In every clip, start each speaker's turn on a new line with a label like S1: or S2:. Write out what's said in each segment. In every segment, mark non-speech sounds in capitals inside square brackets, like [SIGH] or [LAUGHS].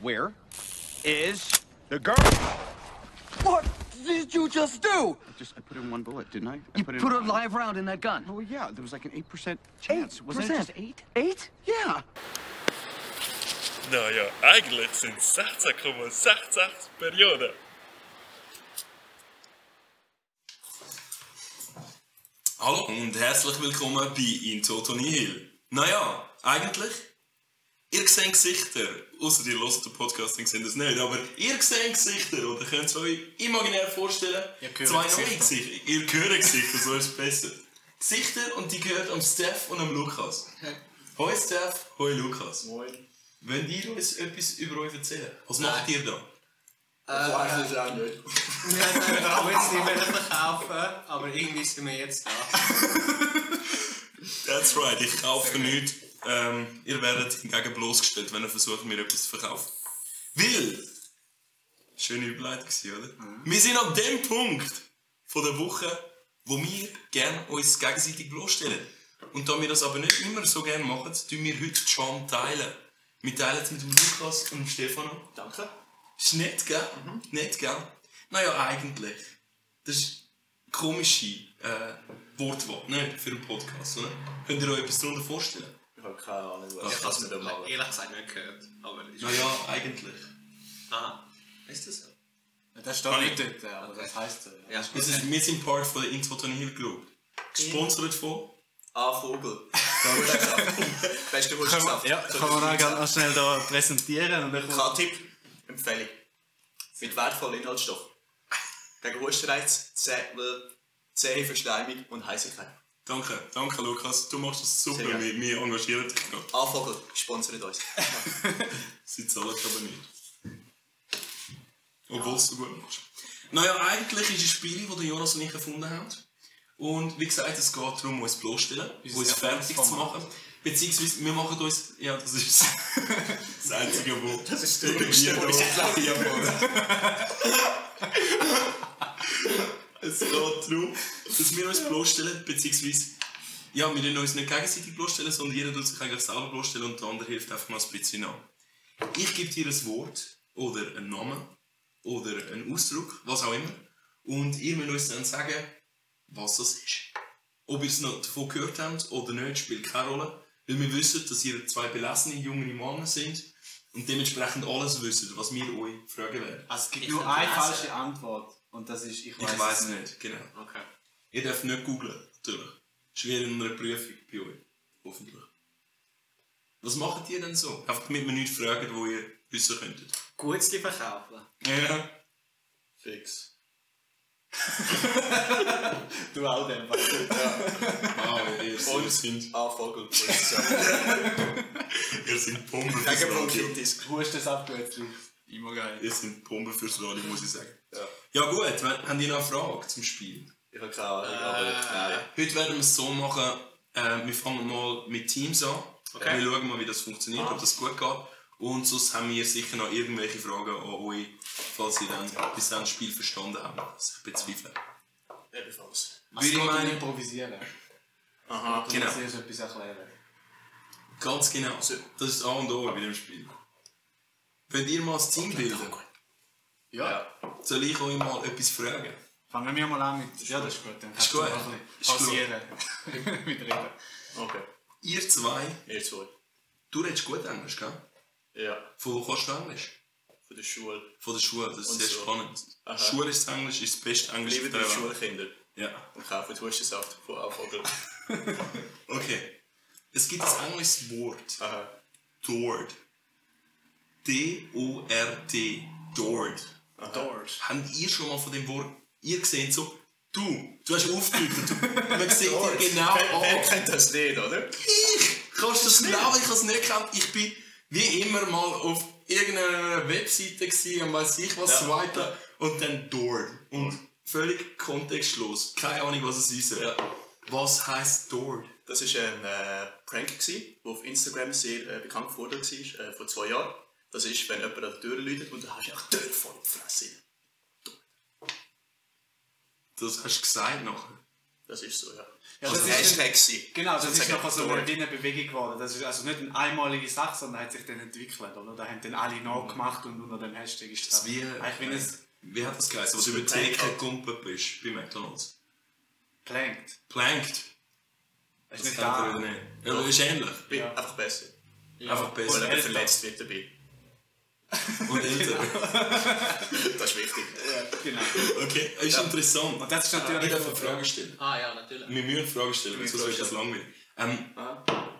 S1: Where is the girl?
S2: What did you just do?
S1: I just I put in one bullet, didn't I? I
S3: You
S1: in
S3: put a live round in that gun.
S1: Oh yeah, there was like an eight percent chance. Wasn't it
S3: 8%?
S1: just eight?
S3: Eight?
S1: Yeah.
S4: Nou ja, eigenlijk zijn 60,60 periode. Hallo und herzlich willkommen bei
S5: Äh,
S6: Oh,
S4: Into Tony Hill. Naja, eigentlich, ihr seht Gesichter. Außer ihr hört den Podcast und seht es nicht, aber ihr seht Gesichter oder könnt es euch imaginär vorstellen.
S5: Ihr hört
S4: zwei neue
S5: Gesichter.
S4: Gesichter. Ihr hört Gesichter, so ist es besser. Gesichter und die gehört am Steph und am Lukas. Hoi Steph, hoi Lukas.
S5: Moin.
S4: Wenn ihr uns etwas über euch erzählen, was
S5: Nein.
S4: macht ihr da?
S5: Weiß ich auch nicht. [LAUGHS] Wir haben
S6: [LAUGHS]
S5: auch jetzt nicht mehr verkaufen, aber irgendwie sind wir jetzt da.
S4: That's right, ich kaufe nichts. Ähm, ihr werdet hingegen bloßgestellt, wenn ihr versucht, mir etwas zu verkaufen. Weil, schöne Überleitung, gewesen, oder? Wir sind an dem Punkt von der Woche, wo wir gerne uns gegenseitig bloßstellen. Und da wir das aber nicht immer so gerne machen, tun wir heute die Charme teilen. Wir teilen es mit dem Lukas und dem Stefano.
S5: Danke.
S4: Ist nett, gell? Nett, gell? Naja, eigentlich. Das ist komische äh, Wortwahl, ne? Für einen Podcast, oder? Könnt ihr euch etwas darunter vorstellen?
S5: Ich habe keine Ahnung, was
S4: Ich hab's nicht
S5: machen. Ehrlich gesagt nicht gehört. Aber ist
S4: Naja, eigentlich.
S5: Ah, ist das so?
S6: Das steht nicht
S3: eh.
S6: dort, äh, aber das heisst so.
S5: Ja.
S4: Das ist, wir sind Part von der Intro Tony Hill Group. Gesponsert von.
S5: Ah, Vogel. Wurzelsaft. [LAUGHS] Beste Wurzelsaft.
S6: also. Ja, kann man auch ganz noch schnell da präsentieren. Und dann kommt-
S5: K-Tipp, Empfehlung. Mit wertvollen Inhaltsstoffen. Gegen Hustenreiz, Zähne, Zähneverschleimung und Heisigkeit.
S4: Danke, danke Lukas, du machst das super,
S5: Sehr gerne.
S4: wir, wir engagieren dich. gerade.
S5: Ah, Vogel, sponsert uns.
S4: Sie zahlen aber nicht. Obwohl es so gut machst. Naja, eigentlich ist ein Spiel, das Jonas und ich erfunden haben. Und wie gesagt, es geht darum, uns bloßstellen,
S6: Ist es
S4: uns
S6: ein
S4: fertig zu
S6: Erfolgsformat?
S4: machen. Beziehungsweise, wir machen uns... Ja, das [LAUGHS] ist das einzige Wort. Das ist der [LAUGHS] Es geht darum, dass wir uns bloßstellen, beziehungsweise... Ja, wir tun uns nicht gegenseitig bloßstellen, sondern jeder tut sich eigentlich selber bloßstellen und der andere hilft einfach mal ein bisschen an. Ich gebe dir ein Wort oder einen Namen oder einen Ausdruck, was auch immer. Und ihr müsst uns dann sagen, was das ist. Ob ihr es noch davon gehört habt oder nicht, spielt keine Rolle. Weil wir wissen, dass ihr zwei belassene junge Männer sind und dementsprechend alles wisst, was wir euch fragen werden.
S6: Also es gibt
S5: Ich
S6: nur
S5: kann
S6: eine
S5: lesen.
S6: falsche Antwort. Und das ist, ich weiß
S4: ich
S6: es
S4: weiß
S6: nicht.
S4: nicht, genau.
S5: Okay.
S4: Ihr dürft nicht googlen, natürlich. Ist wie in einer Prüfung bei euch. Hoffentlich. Was macht ihr denn so? Einfach damit wir nichts fragen, wo ihr wissen könntet.
S5: Gutzli verkaufen.
S4: Ja.
S5: Fix.
S6: Du auch [LAUGHS] den
S4: Ah, ihr sind,
S5: Ah, Vogel, Wurzelsaft.
S4: [LAUGHS] ihr sind Pumpe fürs
S5: Gegen
S4: Radio.
S5: Bronchitis.
S6: Hustensaft plötzlich. Immer geil.
S4: Ihr sind Pumpe fürs Radio, muss ich sagen. Ja, gut, wenn, habt ihr noch eine Frage zum Spiel?
S5: Ich habe keine Ahnung, aber nein.
S4: Heute werden wir es so machen, äh, wir fangen mal mit Teams an.
S5: Okay. Ah.
S4: Wir schauen mal, wie das funktioniert, ob das gut geht. Und sonst haben wir sicher noch irgendwelche Fragen an euch, falls ihr dann bis dann das Spiel verstanden habt. Das ich bezweifle.
S5: Ebenfalls.
S6: Würde ich
S4: meinen-
S6: meine improvisieren.
S5: Aha.
S6: Du
S4: genau.
S6: musst erst etwas erklären.
S4: Ganz genau. Das ist das A und O bei dem Spiel. Wollt ihr mal ein Team bilden?
S6: Ja.
S4: Soll ich euch mal etwas fragen?
S6: Fangen wir mal an mit... ja, das ist gut. Dann kannst
S4: gut.
S6: du mal ein
S4: Ist gut.
S6: bisschen pausieren. [LAUGHS] mit Reden.
S5: Okay.
S4: Ihr zwei,
S5: Ihr zwei.
S4: du redest gut Englisch, gell?
S5: Ja.
S4: Von wo kannst du Englisch?
S5: Von der Schule.
S4: Von der Schule, das ist
S5: Und
S4: sehr
S5: so.
S4: spannend.
S5: Aha.
S4: Schule ist Englisch, ist das beste Englisch
S5: Liebe
S4: der
S5: die
S4: Welt.
S5: Schulkinder.
S4: Ja.
S5: Und kaufen Hustensaft von Ah, Vogel.
S4: Okay. Es gibt ein englisches Wort.
S5: Aha.
S4: Dord. D-O-R-D. Dord.
S5: Dort. [LAUGHS]
S4: Habt ihr schon mal von dem Wort, ihr gesehen so, du, du hast aufgedeutet.
S5: [LAUGHS]
S4: Man sieht dir genau
S5: Wer, wer
S4: an.
S5: kennt das nicht, oder?
S4: Ich! Kannst du das glauben, ich habe es nicht gekannt. Ich bin wie immer mal auf irgendeiner Webseite gewesen und weiss ich was
S5: Ja.
S4: so weiter. Und dann Dord. Und völlig kontextlos. Keine Ahnung, was es ist.
S5: Ja.
S4: Was heisst Dord?
S5: Das war ein äh, Prank, gewesen, der auf Instagram sehr äh, bekannt geworden war, äh, vor zwei Jahren. Das ist, wenn jemand an die Tür läutet und dann hast du einfach die Tür voll in die Fresse.
S4: Das hast du gesagt nachher.
S5: Das ist so, ja.
S6: Ja,
S5: das
S6: das
S5: war ein
S6: ist-
S5: Hashtag. gewesen.
S6: Genau, das ist
S5: Sozusagen
S6: doch so eine
S5: Story.
S6: wie eine Bewegung geworden. Das ist also nicht eine einmalige Sache, sondern hat sich dann entwickelt, oder? Da haben dann alle nachgemacht und unter dem Hashtag ist
S4: Das wie,
S6: Eigentlich wie ein
S4: wie hat das geheißen, wo du
S5: Das
S4: über
S5: ist ein
S4: Theke
S5: Plank.
S4: gekumpelt bist bei McDonalds?
S6: Planked.
S4: Planked. Das
S6: Das ist nicht
S4: kennt ihr
S6: da.
S4: wieder nicht. Ja, das ist ähnlich.
S5: Bin Einfach besser.
S4: Einfach
S5: Und
S4: besser.
S5: wenn er verletzt wird dabei.
S4: Und
S5: [LAUGHS]
S4: älter.
S5: Das ist wichtig.
S6: Genau.
S4: Okay, ist interessant.
S6: Und das ist
S4: Ich
S6: natürlich...
S4: darf eine Frage stellen.
S3: Ah ja, natürlich.
S4: Wir müssen eine Frage stellen, weil sonst ist das langweilig. Ähm,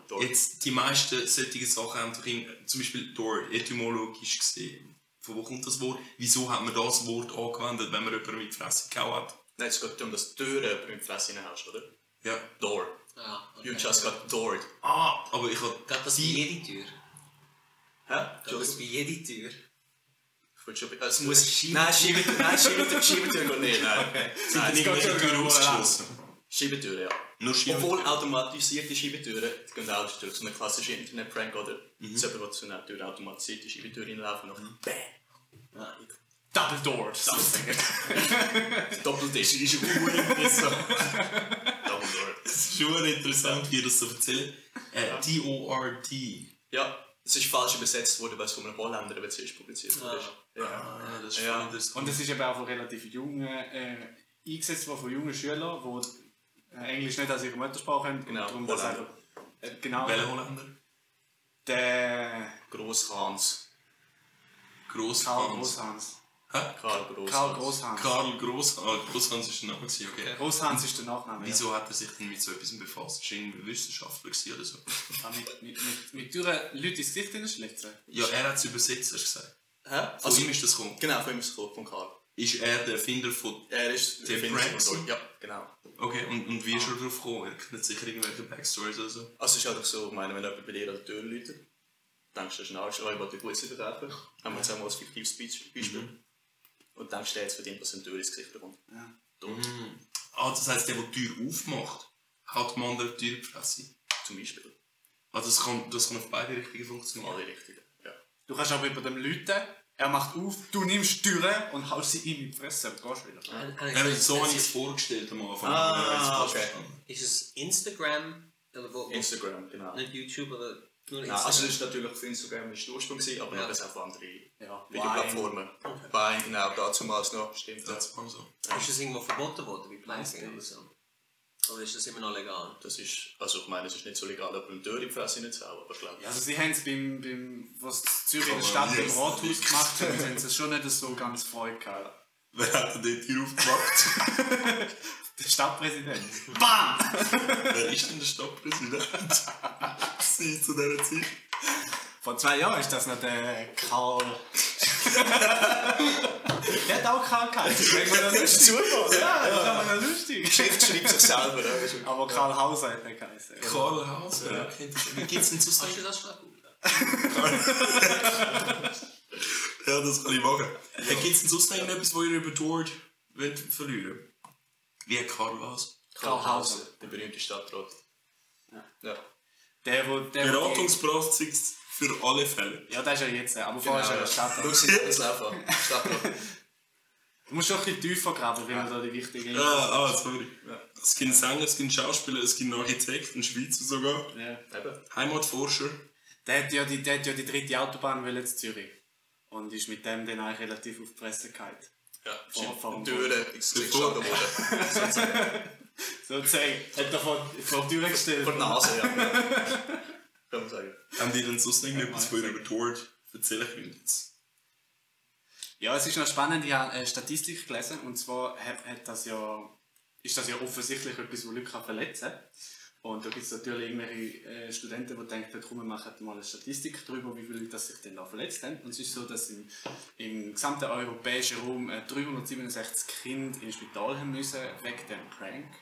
S5: Dort.
S4: jetzt, die meisten solche Sachen haben doch in, zum Beispiel dort, etymologisch gesehen. Von wo kommt das Wort? Wieso hat man das Wort angewendet, wenn man jemanden mit die Fresse gehauen hat?
S5: Nein, es geht darum, dass du Türen beim Fläschchen hast, oder?
S4: Ja.
S5: Door.
S3: Ah, okay.
S5: You just got doored.
S4: Ah, aber ich habe
S3: Geht das bei
S4: die...
S3: jeder Tür? Geht
S5: Hä?
S3: das bei
S5: Entschuldigung.
S3: jeder Tür?
S5: Ich wollte schon- Es
S4: muss
S3: [LAUGHS]
S5: muss
S4: schieben.
S5: Nein, Schiebetür.
S6: [LAUGHS]
S5: Nein, Schiebetür. Schiebetür geht nicht. Nein.
S4: Sind
S5: Nein,
S4: denn irgendwelche
S6: geht ja
S4: Türen
S6: nur
S4: ausgeschlossen?
S5: Schiebetüren, ja.
S4: Nur Schiebetüren.
S5: Obwohl automatisierte Schiebetüren, die gehen auch durch so einen klassischen Internet-Prank, oder? Mhm. Jemand will zu einer Tür automatisierte Schiebetür reinlaufen und
S4: Mhm.
S5: dann BAM! Ah, ich-
S6: Double Doors.
S5: [LAUGHS] Doppelfinger. Doppeltisch. Ist uninteressant. Doppelfinger.
S4: Schon interessant, wie ihr das so erzählt. Äh, D-O-R-T.
S5: Ja, es ist falsch übersetzt worden, weil es von einem Holländer übersetzt publiziert wurde. Ja.
S4: Ah, das ist
S5: Ja.
S4: voll interessant.
S6: Und es ist eben auch von relativ jungen äh, eingesetzt worden, von jungen Schülern, die äh, Englisch nicht als ihre Muttersprache haben. und
S5: Genau,
S6: darum das
S5: Holländer.
S6: einfach- äh, genau.
S4: Welcher Holländer?
S6: Der
S5: Grosshans.
S6: Karl
S4: Grosshans.
S6: Großhans.
S4: Hä?
S5: Karl Grosshans.
S6: Karl Großhans.
S4: Karl Gross, ah, Grosshans ist der Name, gewesen, okay.
S6: Großhans ist der Nachname. ja.
S4: Wieso hat er sich denn mit so etwas befasst? Ist er irgendwie Wissenschaftler gewesen oder so?
S6: Ah, Mit, mit, mit, mit dürren Leuten ins Gesicht hinschlitzen.
S4: Ja, er hat es übersetzt, hast du gesagt.
S5: Hä?
S4: Von
S5: Also,
S4: ihm ist das gekommen.
S5: genau, von ihm ist es gekommen, von Karl.
S4: Ist er der Erfinder von...
S5: Er ist
S4: Der
S5: Erfinder von
S4: Branson?
S5: Dor- Ja, genau.
S4: Okay, und, und wie ist
S5: Ah.
S4: er drauf gekommen? Er kennt sicher irgendwelche Backstories oder so.
S5: Also, es ist halt so, ich meine, wenn jemand bei dir an die Tür läutet, denkst du, das ist ein Arsch, oh, ich will dir Gutsli verkaufen. Haben wir jetzt einmal als fiktives Beisp- Beispiel. Und denkst du, der hat es verdient, dass er eine Tür ins Gesicht bekommt. Mhm.
S4: Ah, das heisst, der, der die Tür aufmacht, hat man der Tür in die Fresse.
S5: Zum Beispiel.
S4: Ah, das kann, das kann auf beide Richtungen funktionieren.
S5: Alle richtigen. Ja.
S6: Du kannst aber über dem Leuten, er macht auf, du nimmst Türe und haust sie ihm in die Fresse und gehst wieder.
S3: Habe- habe ich
S4: Eben,
S3: gesagt,
S4: so habe ich es
S3: es
S4: vorgestellt am Anfang.
S5: Ah,
S4: aber er hat's falsch
S5: okay.
S4: verstanden.
S3: ist, ist es Instagram oder wo? wo-
S5: Instagram, genau.
S3: Nicht YouTube oder nur
S5: Nein,
S3: Instagram?
S5: also das ist natürlich für Instagram ist der Ursprung, gewesen, aber
S3: Ja.
S5: ja. das auch für andere
S6: Ja,
S5: Videoplattformen. Vine, genau, dazu mal noch, stimmt.
S4: Das
S5: Das,
S4: ist voll so.
S3: ist das irgendwo verboten worden, wie Planking oder so? Oder ist das immer noch legal?
S5: das ist, also ich meine, es ist nicht so legal, aber eine Tür in die Fresse nicht zu hauen, aber ich glaube,
S6: Ja,
S5: [LAUGHS]
S6: Also sie haben es beim, beim was in Zürich in der
S4: Kann
S6: Stadt
S4: man
S6: im
S4: nicht.
S6: Rathaus gemacht haben, haben sie es schon nicht so ganz Freude gehabt.
S4: Wer hat denn die Tür
S5: [LAUGHS]
S4: aufgemacht?
S6: Der Stadtpräsident. BAM!
S4: Wer ist denn der Stadtpräsident? Sie zu dieser Zeit.
S6: Vor zwei Jahren ist das noch der Karl. [LAUGHS] der hat auch Karl gehabt. Das ist noch lustig.
S5: super!
S6: Ja, das ist aber noch lustig.
S5: Schrift schreibt sich selber, oder?
S6: Aber Karl Hauser hat nicht geheißen.
S4: Karl Hauser. Ja. Wie geht's denn zu
S3: Hast du
S4: sagen?
S3: das schon gegoogelt?
S4: [LAUGHS] Ja, das kann ich machen. Ja. Gibt's denn sonst irgendetwas, wo ihr über Tord wollt verlieren? Wie Karl was?
S5: Karl
S6: Hauser.
S5: Hauser, der berühmte Stadtrat. Ja.
S6: Der, wo, der, wo die-
S4: Beratungspraxis für alle Fälle.
S6: Ja, das ist ja jetzt, aber vorher
S5: Genau,
S6: ist er der
S5: Schau
S6: Stadtrat.
S5: sie alles einfach. Stadtrat.
S6: Du musst schon ein bisschen tiefer graben, wenn man da die wichtigen...
S4: Ah, ah, sorry. Es gibt Sänger, es gibt Schauspieler, es gibt Architekten, Schweizer sogar.
S6: Ja.
S5: Eben.
S4: Heimatforscher.
S6: Der hat ja die, der hat ja die dritte Autobahn wollen zu Zürich. Und ist mit dem dann eigentlich relativ auf die Presse gefallen.
S5: Ja,
S6: Vor- vor-
S5: stimmt. Türen ins Gesicht
S4: Bevor-
S5: geschlagen worden.
S6: Sozusagen, hat er vor, vor die Tür gestellt.
S5: Vor die Nase, ja. Kann man sagen.
S4: Haben die denn sonst irgendetwas, wo ihr über Tord erzählen könnt?
S6: Ja, es ist noch spannend, ich habe eine Statistik gelesen und zwar hat, hat das ja, ist das ja offensichtlich etwas, was Leute kann verletzen kann. Und da gibt es natürlich irgendwelche äh, Studenten, die denken, komm, wir machen mal eine Statistik darüber, wie viele Leute das sich denn da verletzt haben. Und es ist so, dass im, im gesamten europäischen Raum äh, 367 Kinder ins Spital haben müssen, wegen dem Prank.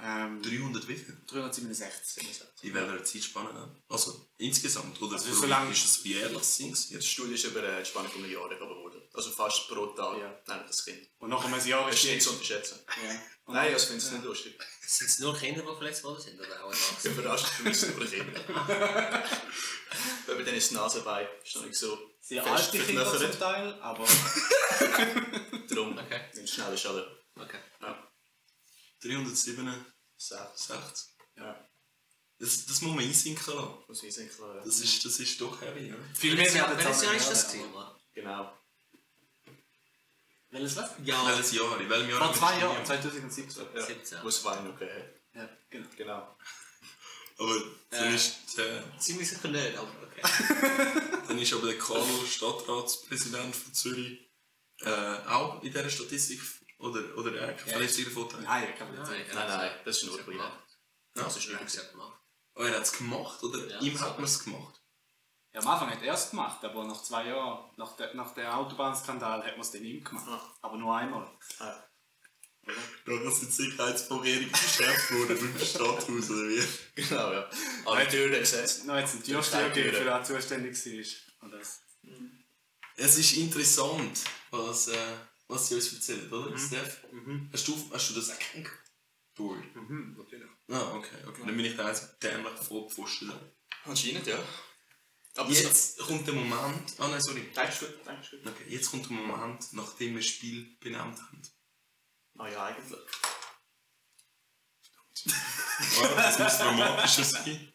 S6: Ähm,
S4: 300 wie viel?
S6: 367.
S4: In welcher Zeitspanne dann? Also insgesamt, oder?
S6: Also
S4: Pro-
S6: solange-
S4: Ist das jährlich Sings?
S5: Die Studie ist über äh, die Spanne von einem Jahr gegeben worden. Also fast pro Tag.
S6: Ja.
S5: Nein, das Kind.
S6: Und nach einem Jahr
S5: Das
S6: ist
S5: ist nicht
S6: die...
S5: zu unterschätzen.
S6: Ja. Und
S5: Nein, ich finde es nicht lustig.
S3: Sind es nur Kinder, die verletzt worden sind oder auch Erwachsene?
S5: Überrascht für mich über Kinder. Weil bei denen ist die Nase bei, ist noch nicht so
S6: Sehr alte Kinder zum
S5: verknöchert.
S6: Teil,
S5: [LAUGHS]
S6: aber...
S5: Darum
S3: Okay.
S5: sind schnell Schaden.
S3: Okay.
S5: Ja.
S4: 367.
S5: Sechs. Ja,
S4: Das, das muss man einsinken lassen.
S5: muss ich sicher.
S4: Das ist, das ist doch heavy, ja.
S6: Viel mehr werden
S3: Welches Jahr ist
S6: werden,
S3: das
S6: aber-
S3: gewesen, Mann?
S5: Genau.
S6: Welches was?
S3: Ja,
S4: Welches Jahr? In welchem Jahr?
S6: Vor
S4: haben wir
S6: zwei
S4: das Studium?
S6: Jahren, 2017.
S5: Ja.
S3: 17.
S5: Wo es Wein noch gegeben hat.
S6: Ja, genau.
S5: Genau. [LAUGHS]
S4: Aber dann ist, äh,
S3: ziemlich sicher nicht, aber [LAUGHS] okay.
S4: dann ist aber der Carlo, Stadtratspräsident von Zürich, äh, auch in dieser Statistik oder, oder er verletzt sich davon.
S6: Nein, Ah, ich kann nicht sagen.
S3: Nein,
S5: Nein, nein, das ist nur
S3: Prima.
S5: privat.
S3: Das ist nicht gesagt gemacht.
S4: Oh, er hat es gemacht oder
S3: Ja,
S4: ihm
S3: das
S4: hat
S3: hat
S4: man es gemacht?
S6: Ja, am Anfang hat er es gemacht, aber nach zwei Jahren, nach, der, nach dem Autobahnskandal, hat man es dann ihm gemacht.
S5: Ah.
S6: Aber nur einmal.
S4: Ja, das sind Sicherheitsvorkehrungen [LAUGHS] beschärft worden beim Stadthaus oder wie?
S5: Genau, ja. Aber die Tür gesetzt.
S6: Noch jetzt ein Türsteher, der für das zuständig war. Und das.
S4: Es ist interessant, was, äh, was sie uns erzählen, oder? Steph? Hast, du, hast du das erkannt? Du?
S5: Natürlich.
S4: Ah, okay, okay. Dann bin ich der einzige dämlich Vollpfosten.
S5: Anscheinend, ja. Aber
S4: Jetzt kommt der Moment. Ah, nein, sorry.
S5: Denkst du, denkst du?
S4: Okay, jetzt kommt der Moment, nachdem wir das Spiel benannt haben.
S5: Ah ja, eigentlich.
S4: Oh, das muss dramatischer sein.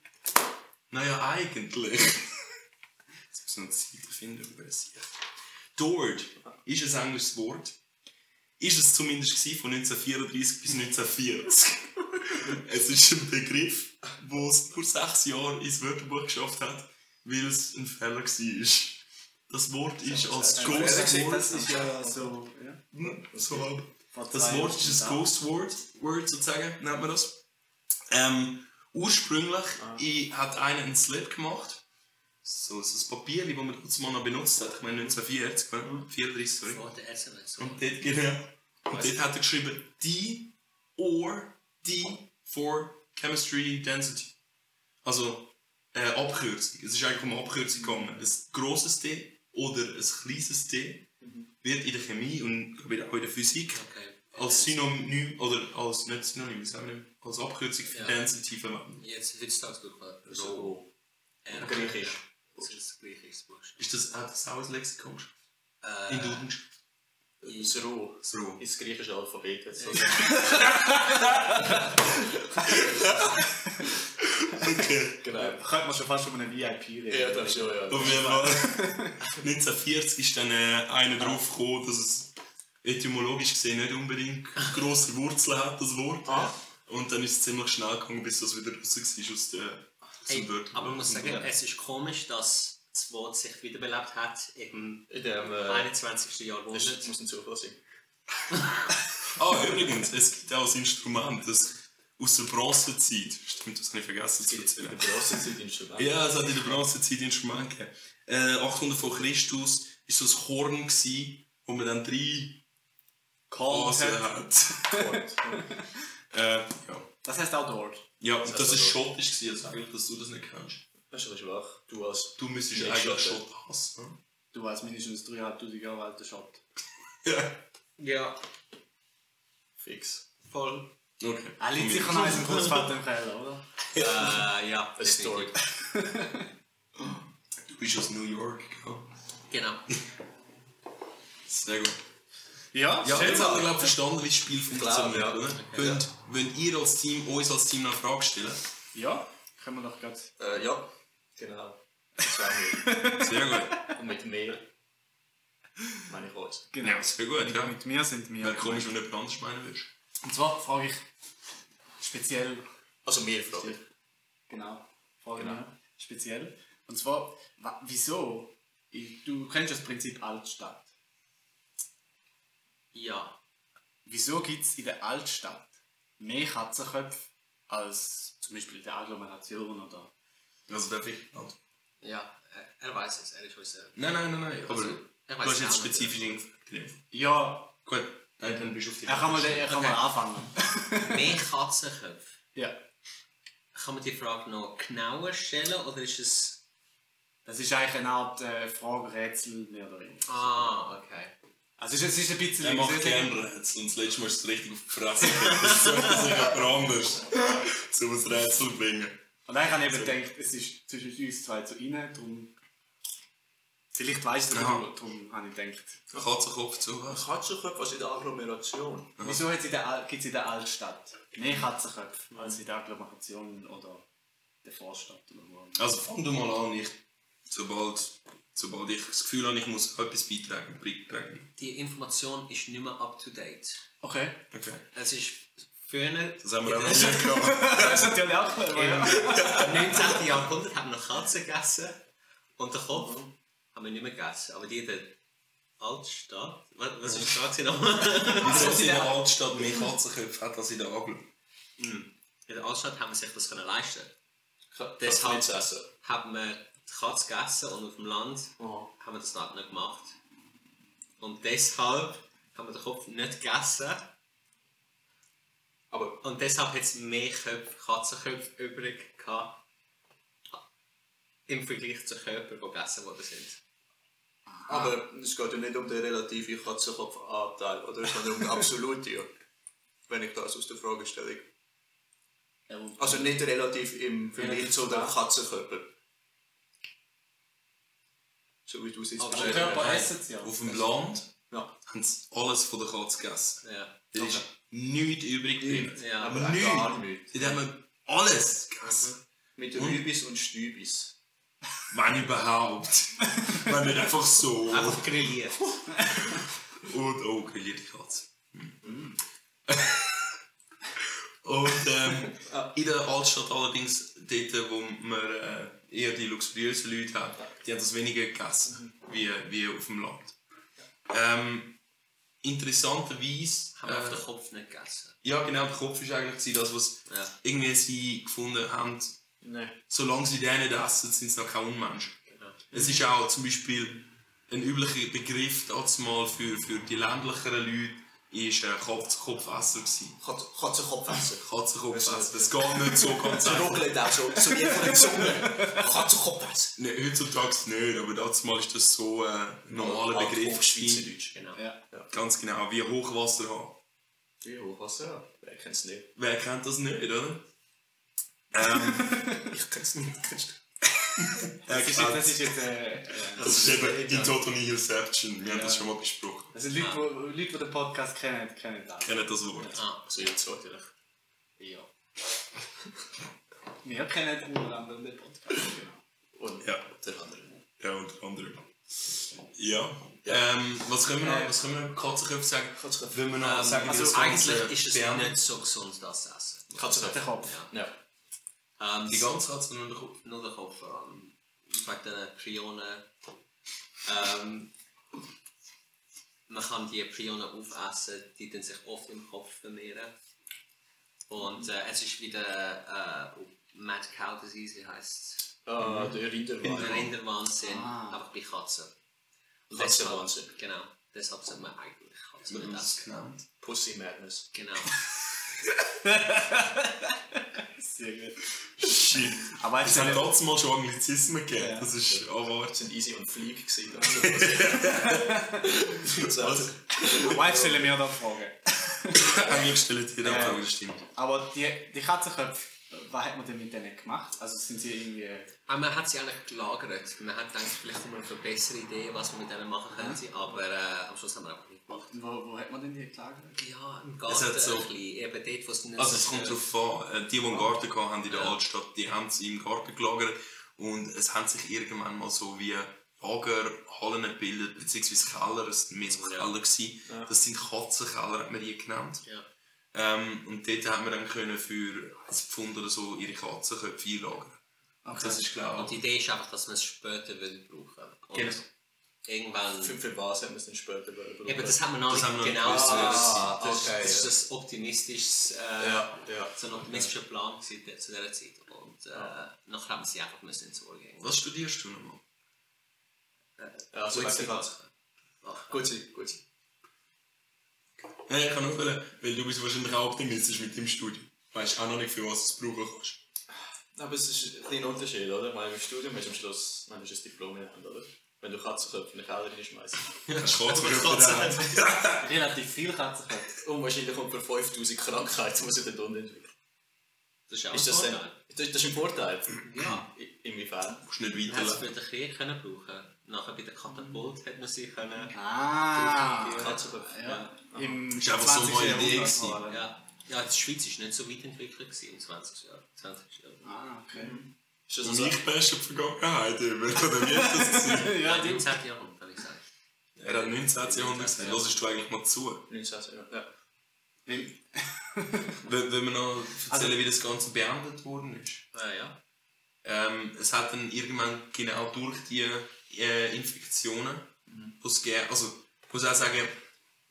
S4: Naja, eigentlich. Jetzt muss ich noch Zeit finden, wo es ist. Dord ist ein englisches Wort. Ist es zumindest gewesen, von 1934 bis 1940. es ist ein Begriff, wo es nur sechs Jahre ins Wörterbuch geschafft hat, weil es ein Fehler war. Das Wort ist als Ghost Word.
S6: ist ja so. Ja.
S4: So halb.
S6: Vor
S4: Das
S6: zwei
S4: Wort
S6: Jahren
S4: ist ein
S6: da.
S4: Ghost Word, Word sozusagen, nennt man das. Ähm, ursprünglich ich, hat einer einen Slip gemacht. So, so ein Papier, das man kurz mal noch benutzt hat. Ich meine 1940, ne? 34, sorry.
S3: Vor der SMS.
S4: Und dort, genau. Und dort hat er geschrieben D or D for Chemistry Density. Also äh, Abkürzung. Es ist eigentlich um Abkürzung gegangen. Ein grosses D oder ein kleines D wird in der Chemie und glaub ich, auch in der Physik
S3: Mhm. Okay.
S4: als Synonym oder als nicht Synonym, sagen wir, nicht, als Abkürzung für
S3: Ja.
S4: Density verwendet.
S3: Jetzt wird es das gut gemacht.
S5: So.
S3: Ja,
S5: Griechisch.
S3: Das ist griechisch. Bursche.
S4: Ist das, hat das auch ein Lexikon?
S3: Äh,
S4: In Dudenschrift?
S5: Das Roh.
S4: So.
S5: Ins griechische Alphabet. jetzt. [LAUGHS] Genau.
S6: Könnte man schon fast um einen VIP reden.
S5: Ja, das schon, ja.
S4: Auf jeden Fall. [LAUGHS] 1940 ist dann äh, einer draufgekommen, dass es etymologisch gesehen nicht unbedingt grosse Wurzeln hat, das Wort.
S3: Ah.
S4: Und dann ist es ziemlich schnell gegangen, bis das wieder raus war aus der
S3: Hey,
S4: zum Wörterbuch.
S3: aber man muss sagen,
S4: Ja.
S3: es ist komisch, dass das Wort sich wiederbelebt hat im
S5: In dem. Äh,
S3: 21.
S5: das ist-
S3: Jahrhundert.
S5: das muss ein Zufall sein.
S4: Ah, übrigens, es gibt auch ein Instrument, das aus der Bronzezeit, stimmt, das habe ich vergessen zu
S5: In der
S4: erzählen.
S5: Bronzezeit-Instrument.
S4: Ja, es hat in der Bronzezeit Instrumente gegeben. Äh, 800 vor Christus war so ein Horn, gewesen, wo man dann drei Basen hat. [LAUGHS] äh, ja.
S6: Das heißt auch dort.
S4: Ja, und das
S5: also
S4: ist
S5: so.
S4: schottisch gewesen, also eigentlich, dass du das nicht kennst.
S5: Das ist aber schwach. Du als.
S4: Du müsstest
S5: Nicht
S4: eigentlich
S5: Schotte.
S4: Schott hassen.
S6: Du als mindestens 3.500 Jahre alter Schott.
S4: Ja.
S3: Ja,
S5: Fix.
S3: voll.
S4: Okay.
S6: Er liegt sicher noch in einem Großvater im Keller, oder?
S3: Äh, ja,
S5: Eine Story.
S3: definitiv.
S4: Du bist aus New York, ja.
S3: Genau.
S4: Sehr gut.
S6: Ja,
S4: Ja, jetzt
S5: genau.
S4: hat er, glaube ich, verstanden, wie das Spiel funktioniert,
S5: ja.
S4: oder? Wollt, wollt ihr als Team, uns als Team noch eine Frage stellen?
S6: Ja, können wir doch gerade.
S5: Äh, ja. Genau. Das war mir.
S4: Sehr gut.
S5: Und mit mehr. Meine ich alles.
S6: Genau.
S4: Sehr gut, ja.
S6: Mit mir sind wir.
S4: Wäre komisch, wenn du jemand anderes meinen würdest.
S6: Und zwar frage ich speziell,
S5: Also mehr Fragen.
S6: genau, frage genau. speziell. Und zwar, wa- wieso? Ich, du kennst das Prinzip Altstadt.
S3: Ja.
S6: Wieso gibt es in der Altstadt mehr Katzenköpfe als zum Beispiel in der Agglomeration oder?
S4: Also darf ich?
S3: Ja, er- er weiß es, er ist unser.
S4: Nein, nein, nein, nein. Aber
S3: Also, er weiß
S4: du hast jetzt
S3: auch nicht.
S4: spezifisch irgendwie
S6: Ja,
S4: Gut, nein, dann bist du auf die
S6: er kann mal, er kann mal anfangen. [LAUGHS]
S3: Mehr Katzenköpfe.
S6: ja.
S3: Kann man die Frage noch genauer stellen oder ist es.
S6: Das ist eigentlich eine Art äh, Frage-Rätsel mehr oder weniger.
S3: Ah, okay.
S6: Also es ist, es ist ein bisschen...
S4: Er
S6: es
S4: macht
S6: ist-
S4: gerne Rätsel und das letzte Mal ist es richtig auf die Fresse gekommen. Das sollte sich jemand anders zu einem Rätsel bringen.
S6: Also- Und dann habe ich eben gedacht, es ist zwischen uns zwei zu innen, darum Vielleicht weißt du
S4: Ja.
S6: darum, darum habe ich gedacht.
S4: Katzenkopf zu. Ach,
S5: Katzenkopf was in der Agglomeration.
S6: Wieso gibt es in der Al- gibt's in der Altstadt mehr Katzenköpfe als in der Agglomeration oder der Vorstadt? Oder wo.
S4: Also fang du mal an, ich, sobald, sobald ich das Gefühl habe, ich muss etwas beitragen, beitragen.
S3: Die Information ist nicht mehr up to date.
S6: Okay.
S4: Okay.
S3: Es ist früher, im
S4: Das haben wir auch noch nicht genommen.
S6: Das ist natürlich auch clever, ja.
S3: 19. Jahrhundert haben wir noch Katzen gegessen und den Kopf
S4: Mhm.
S3: haben wir nicht mehr gegessen. Aber die in der Altstadt, was, was ist da gewesen nochmal?
S4: Wieso es in der Altstadt mehr Katzenköpfe hat als in der Agel?
S3: In der Altstadt haben wir sich das können leisten.
S5: Deshalb.
S3: Deshalb haben wir die Katze gegessen und auf dem Land haben wir das dort nicht gemacht. Und deshalb haben wir den Kopf nicht gegessen.
S5: Aber
S3: Und deshalb hat es mehr Köpfe, Katzenköpfe übrig gehabt. Im Vergleich zu Körpern, die gegessen worden sind.
S5: Ah. Aber es geht ja nicht um den relativen Katzenkopfanteil, oder? Sondern um den absoluten, wenn ich das aus der Fragestellung. Also nicht relativ im Vergleich zu den Katzenkörper. So wie du es jetzt
S3: Aber
S5: beschreibst.
S6: Körper essen sie ja.
S4: Auf dem Land
S5: Ja.
S4: haben sie alles von der Katze gegessen.
S3: Ja.
S4: Da ist nichts übrig geblieben.
S3: Ja,
S5: Aber auch gar
S4: Nichts.
S5: nicht.
S4: Die haben alles gegessen.
S5: Mit Rübis und Stübis.
S4: Wenn überhaupt. Wenn nicht einfach so.
S3: Einfach grilliert.
S4: Und oh, grillierte Katze. Und ähm, in der Altstadt allerdings, dort wo man äh, eher die luxuriösen Leute hat, die haben das weniger gegessen, wie, eh, wie auf dem Land. Ähm, interessanterweise...
S3: Haben wir auf
S4: äh,
S3: den Kopf nicht gegessen.
S4: ja genau, der Kopf ist eigentlich das, was
S3: Ja.
S4: irgendwie sie gefunden haben,
S5: Nein.
S4: solange sie den nicht essen, sind sie noch kein Unmensch.
S3: Genau.
S4: Es ist auch zum Beispiel ein üblicher Begriff dazumal für, für die ländlicheren Leute, ist äh, Kopfkopfesser gewesen.
S5: Katze- [LAUGHS] Katzenkopfessen.
S4: Katzenkopfesser. Das geht nicht so ganz [LAUGHS] einfach.
S5: Ruckelt auch so, so die [LAUGHS] von der Zunge. Katzenkopfessen.
S4: Nee, heutzutage nicht, aber dazumal ist das so äh, ein normaler
S5: Auf-
S4: Begriff.
S5: Auf
S4: gewesen.
S5: Schweizerdeutsch, genau.
S4: Ganz genau, wie Hochwasser haben.
S5: Wie Hochwasser? Wer kennt es nicht?
S4: Wer kennt das nicht, oder?
S5: Ich kenne es nicht. Kennst du?
S6: Das ist jetzt, das ist jetzt äh,
S4: Das ist eben die Totonihelception. Wir haben das schon mal besprochen.
S6: also Leute, die Leute, die den Podcast kennen, kennen das.
S4: Kennen das Wort?
S3: Ah,
S5: Also jetzt natürlich.
S6: Ja. Wir kennen unter anderem den Podcast.
S5: Und
S4: Ja.
S5: der
S3: Ähm,
S5: andere.
S4: Ja, unter anderem. Ja. Ähm, was können wir noch? Was können wir noch? Katzenköpfe sagen?
S5: Katzenkopf.
S4: Wenn wir noch sagen, wie das
S3: also
S4: Ganze
S3: eigentlich ist es
S4: beenden?
S3: nicht so gesund, das zu essen.
S5: Katzenkopf.
S6: Der Kopf.
S5: Ja.
S3: Ähm,
S4: Die ganze Katze nur den Kopf.
S3: nur den Kopf vor allem. Wegen diesen Prionen. Ähm, man kann die Prionen aufessen, die dann sich oft im Kopf vermehren. Und äh, es ist wieder äh, Mad Cow Disease, wie heisst
S5: Ah, der
S3: es? Der
S5: Rinderwein.
S3: Rinderwahnsinn, einfach bei Katzen. Und
S5: Katzenwahnsinn.
S3: deshalb- Genau, deshalb sollte man eigentlich Katzen
S4: Wie
S3: nicht
S4: das
S3: essen.
S4: genannt.
S5: Pussy Madness.
S3: Genau.
S6: Sehr gut.
S4: Shit.
S6: Aber jetzt
S4: Es hat letztes Mal schon Anglizismen gegeben.
S6: Ja.
S4: Das ist oh, anwartend.
S5: sind easy und flieg [LAUGHS] gewesen. Also, [LAUGHS] also,
S6: Wife stellen wir da Fragen.
S4: [COUGHS] Eigentlich stellen die dann
S6: Ja.
S4: Fragen, das stimmt.
S6: Aber die, die Katzenköpfe, was hat man denn mit denen gemacht? Also sind sie irgendwie.
S3: Aber man hat sie eigentlich gelagert. Man hat gedacht, vielleicht kommt man auf eine bessere Idee, was man mit denen machen könnte, aber äh, am Schluss haben wir einfach nicht gemacht.
S6: Und wo, wo hat man denn die gelagert?
S3: Ja, im Garten
S4: hat so-
S3: ein bisschen. Eben dort, wo es nicht
S4: Also es kommt darauf an, Äh, die, die einen Garten hatten haben in der Altstadt, die haben sie im Garten gelagert und es haben sich irgendwann mal so wie Lagerhallen gebildet, beziehungsweise Keller, es waren mehr so Keller, gewesen. das sind Katzenkeller, hat man die genannt.
S3: Ja.
S4: Ähm, und dort haben wir dann können für 1 Pfund oder so ihre Katzenköpfe einlagern. Das ist
S3: Und
S4: klar.
S3: die Idee ist einfach, dass man es später will brauchen Und
S4: Genau.
S3: Irgendwann.
S5: für, für was haben wir es dann später überbrückt?
S3: Eben, das haben wir noch
S4: Das haben
S3: nicht
S4: wir noch
S3: genau
S4: nicht
S3: so.
S4: gewusst.
S3: Das, das,
S5: okay,
S3: das
S5: ja.
S3: ist ein optimistisches, äh,
S5: Ja, ja.
S3: so ein optimistischer Plan gewesen zu dieser Zeit. Und äh, nachher haben wir sie einfach müssen ins Ohr gehen.
S4: Was studierst du nochmal?
S5: Ja, also,
S3: Gut,
S5: weißt du was? Ah,
S3: Ach,
S5: Gut, sie- gut. sie.
S4: Hey, ich kann auch wollen, weil du bist wahrscheinlich auch optimistisch mit dem Studium. Weißt auch noch nicht, für was du es brauchen kannst.
S5: Aber es ist ein kleiner Unterschied, oder? Ich meine, im Studium hast du am Schluss nein, hast du ein Diplom in der Hand, oder? Wenn du Katzenköpfe in den Keller reinschmeißt.
S4: Kannst Katzenköpfe dann.
S6: Relativ viel Katzenköpfe.
S5: [LAUGHS] Und wahrscheinlich kommt für 5000 Krankheiten, die sie dann unten entwickeln.
S3: das ist auch
S5: Ist
S3: ein
S5: das denn.
S3: Vorteil.
S5: Das das ist ein Vorteil.
S3: Ja.
S5: I- Inwiefern?
S4: Du musst nicht
S3: Man
S4: [LAUGHS]
S3: hätte es
S4: weiterleben.
S3: für den Krieg können brauchen nachher bei der Katapult hat man sie können.
S6: Ah,
S3: die Katze drauf.
S6: ja. Im
S4: Ist einfach so eine Idee
S6: 20. Jahrhundert
S4: gewesen.
S6: vor allem.
S3: Ja. ja, die Schweiz ist nicht so weit entwickelt gewesen im 20. Jahr- 20. Jahrhundert.
S6: Ah, okay.
S4: Mhm.
S3: Ist das
S4: Und
S3: so?
S4: ich beste die Vergangenheit über. Oder wie hat das gesehen?
S3: Ja, 19. Jahrhundert, habe ich gesagt.
S4: [LAUGHS] Er hat 19. Jahrhundert gesehen. Hörst du eigentlich mal zu?
S5: 19, ja. ja.
S6: Weil-
S4: Wenn, wenn wir noch erzählen, wie das Ganze beendet worden ist.
S3: Äh, ja.
S4: Ähm, es hat dann irgendwann genau durch die äh, Infektionen,
S5: Mhm.
S4: wo es gegeben- also ich muss auch sagen,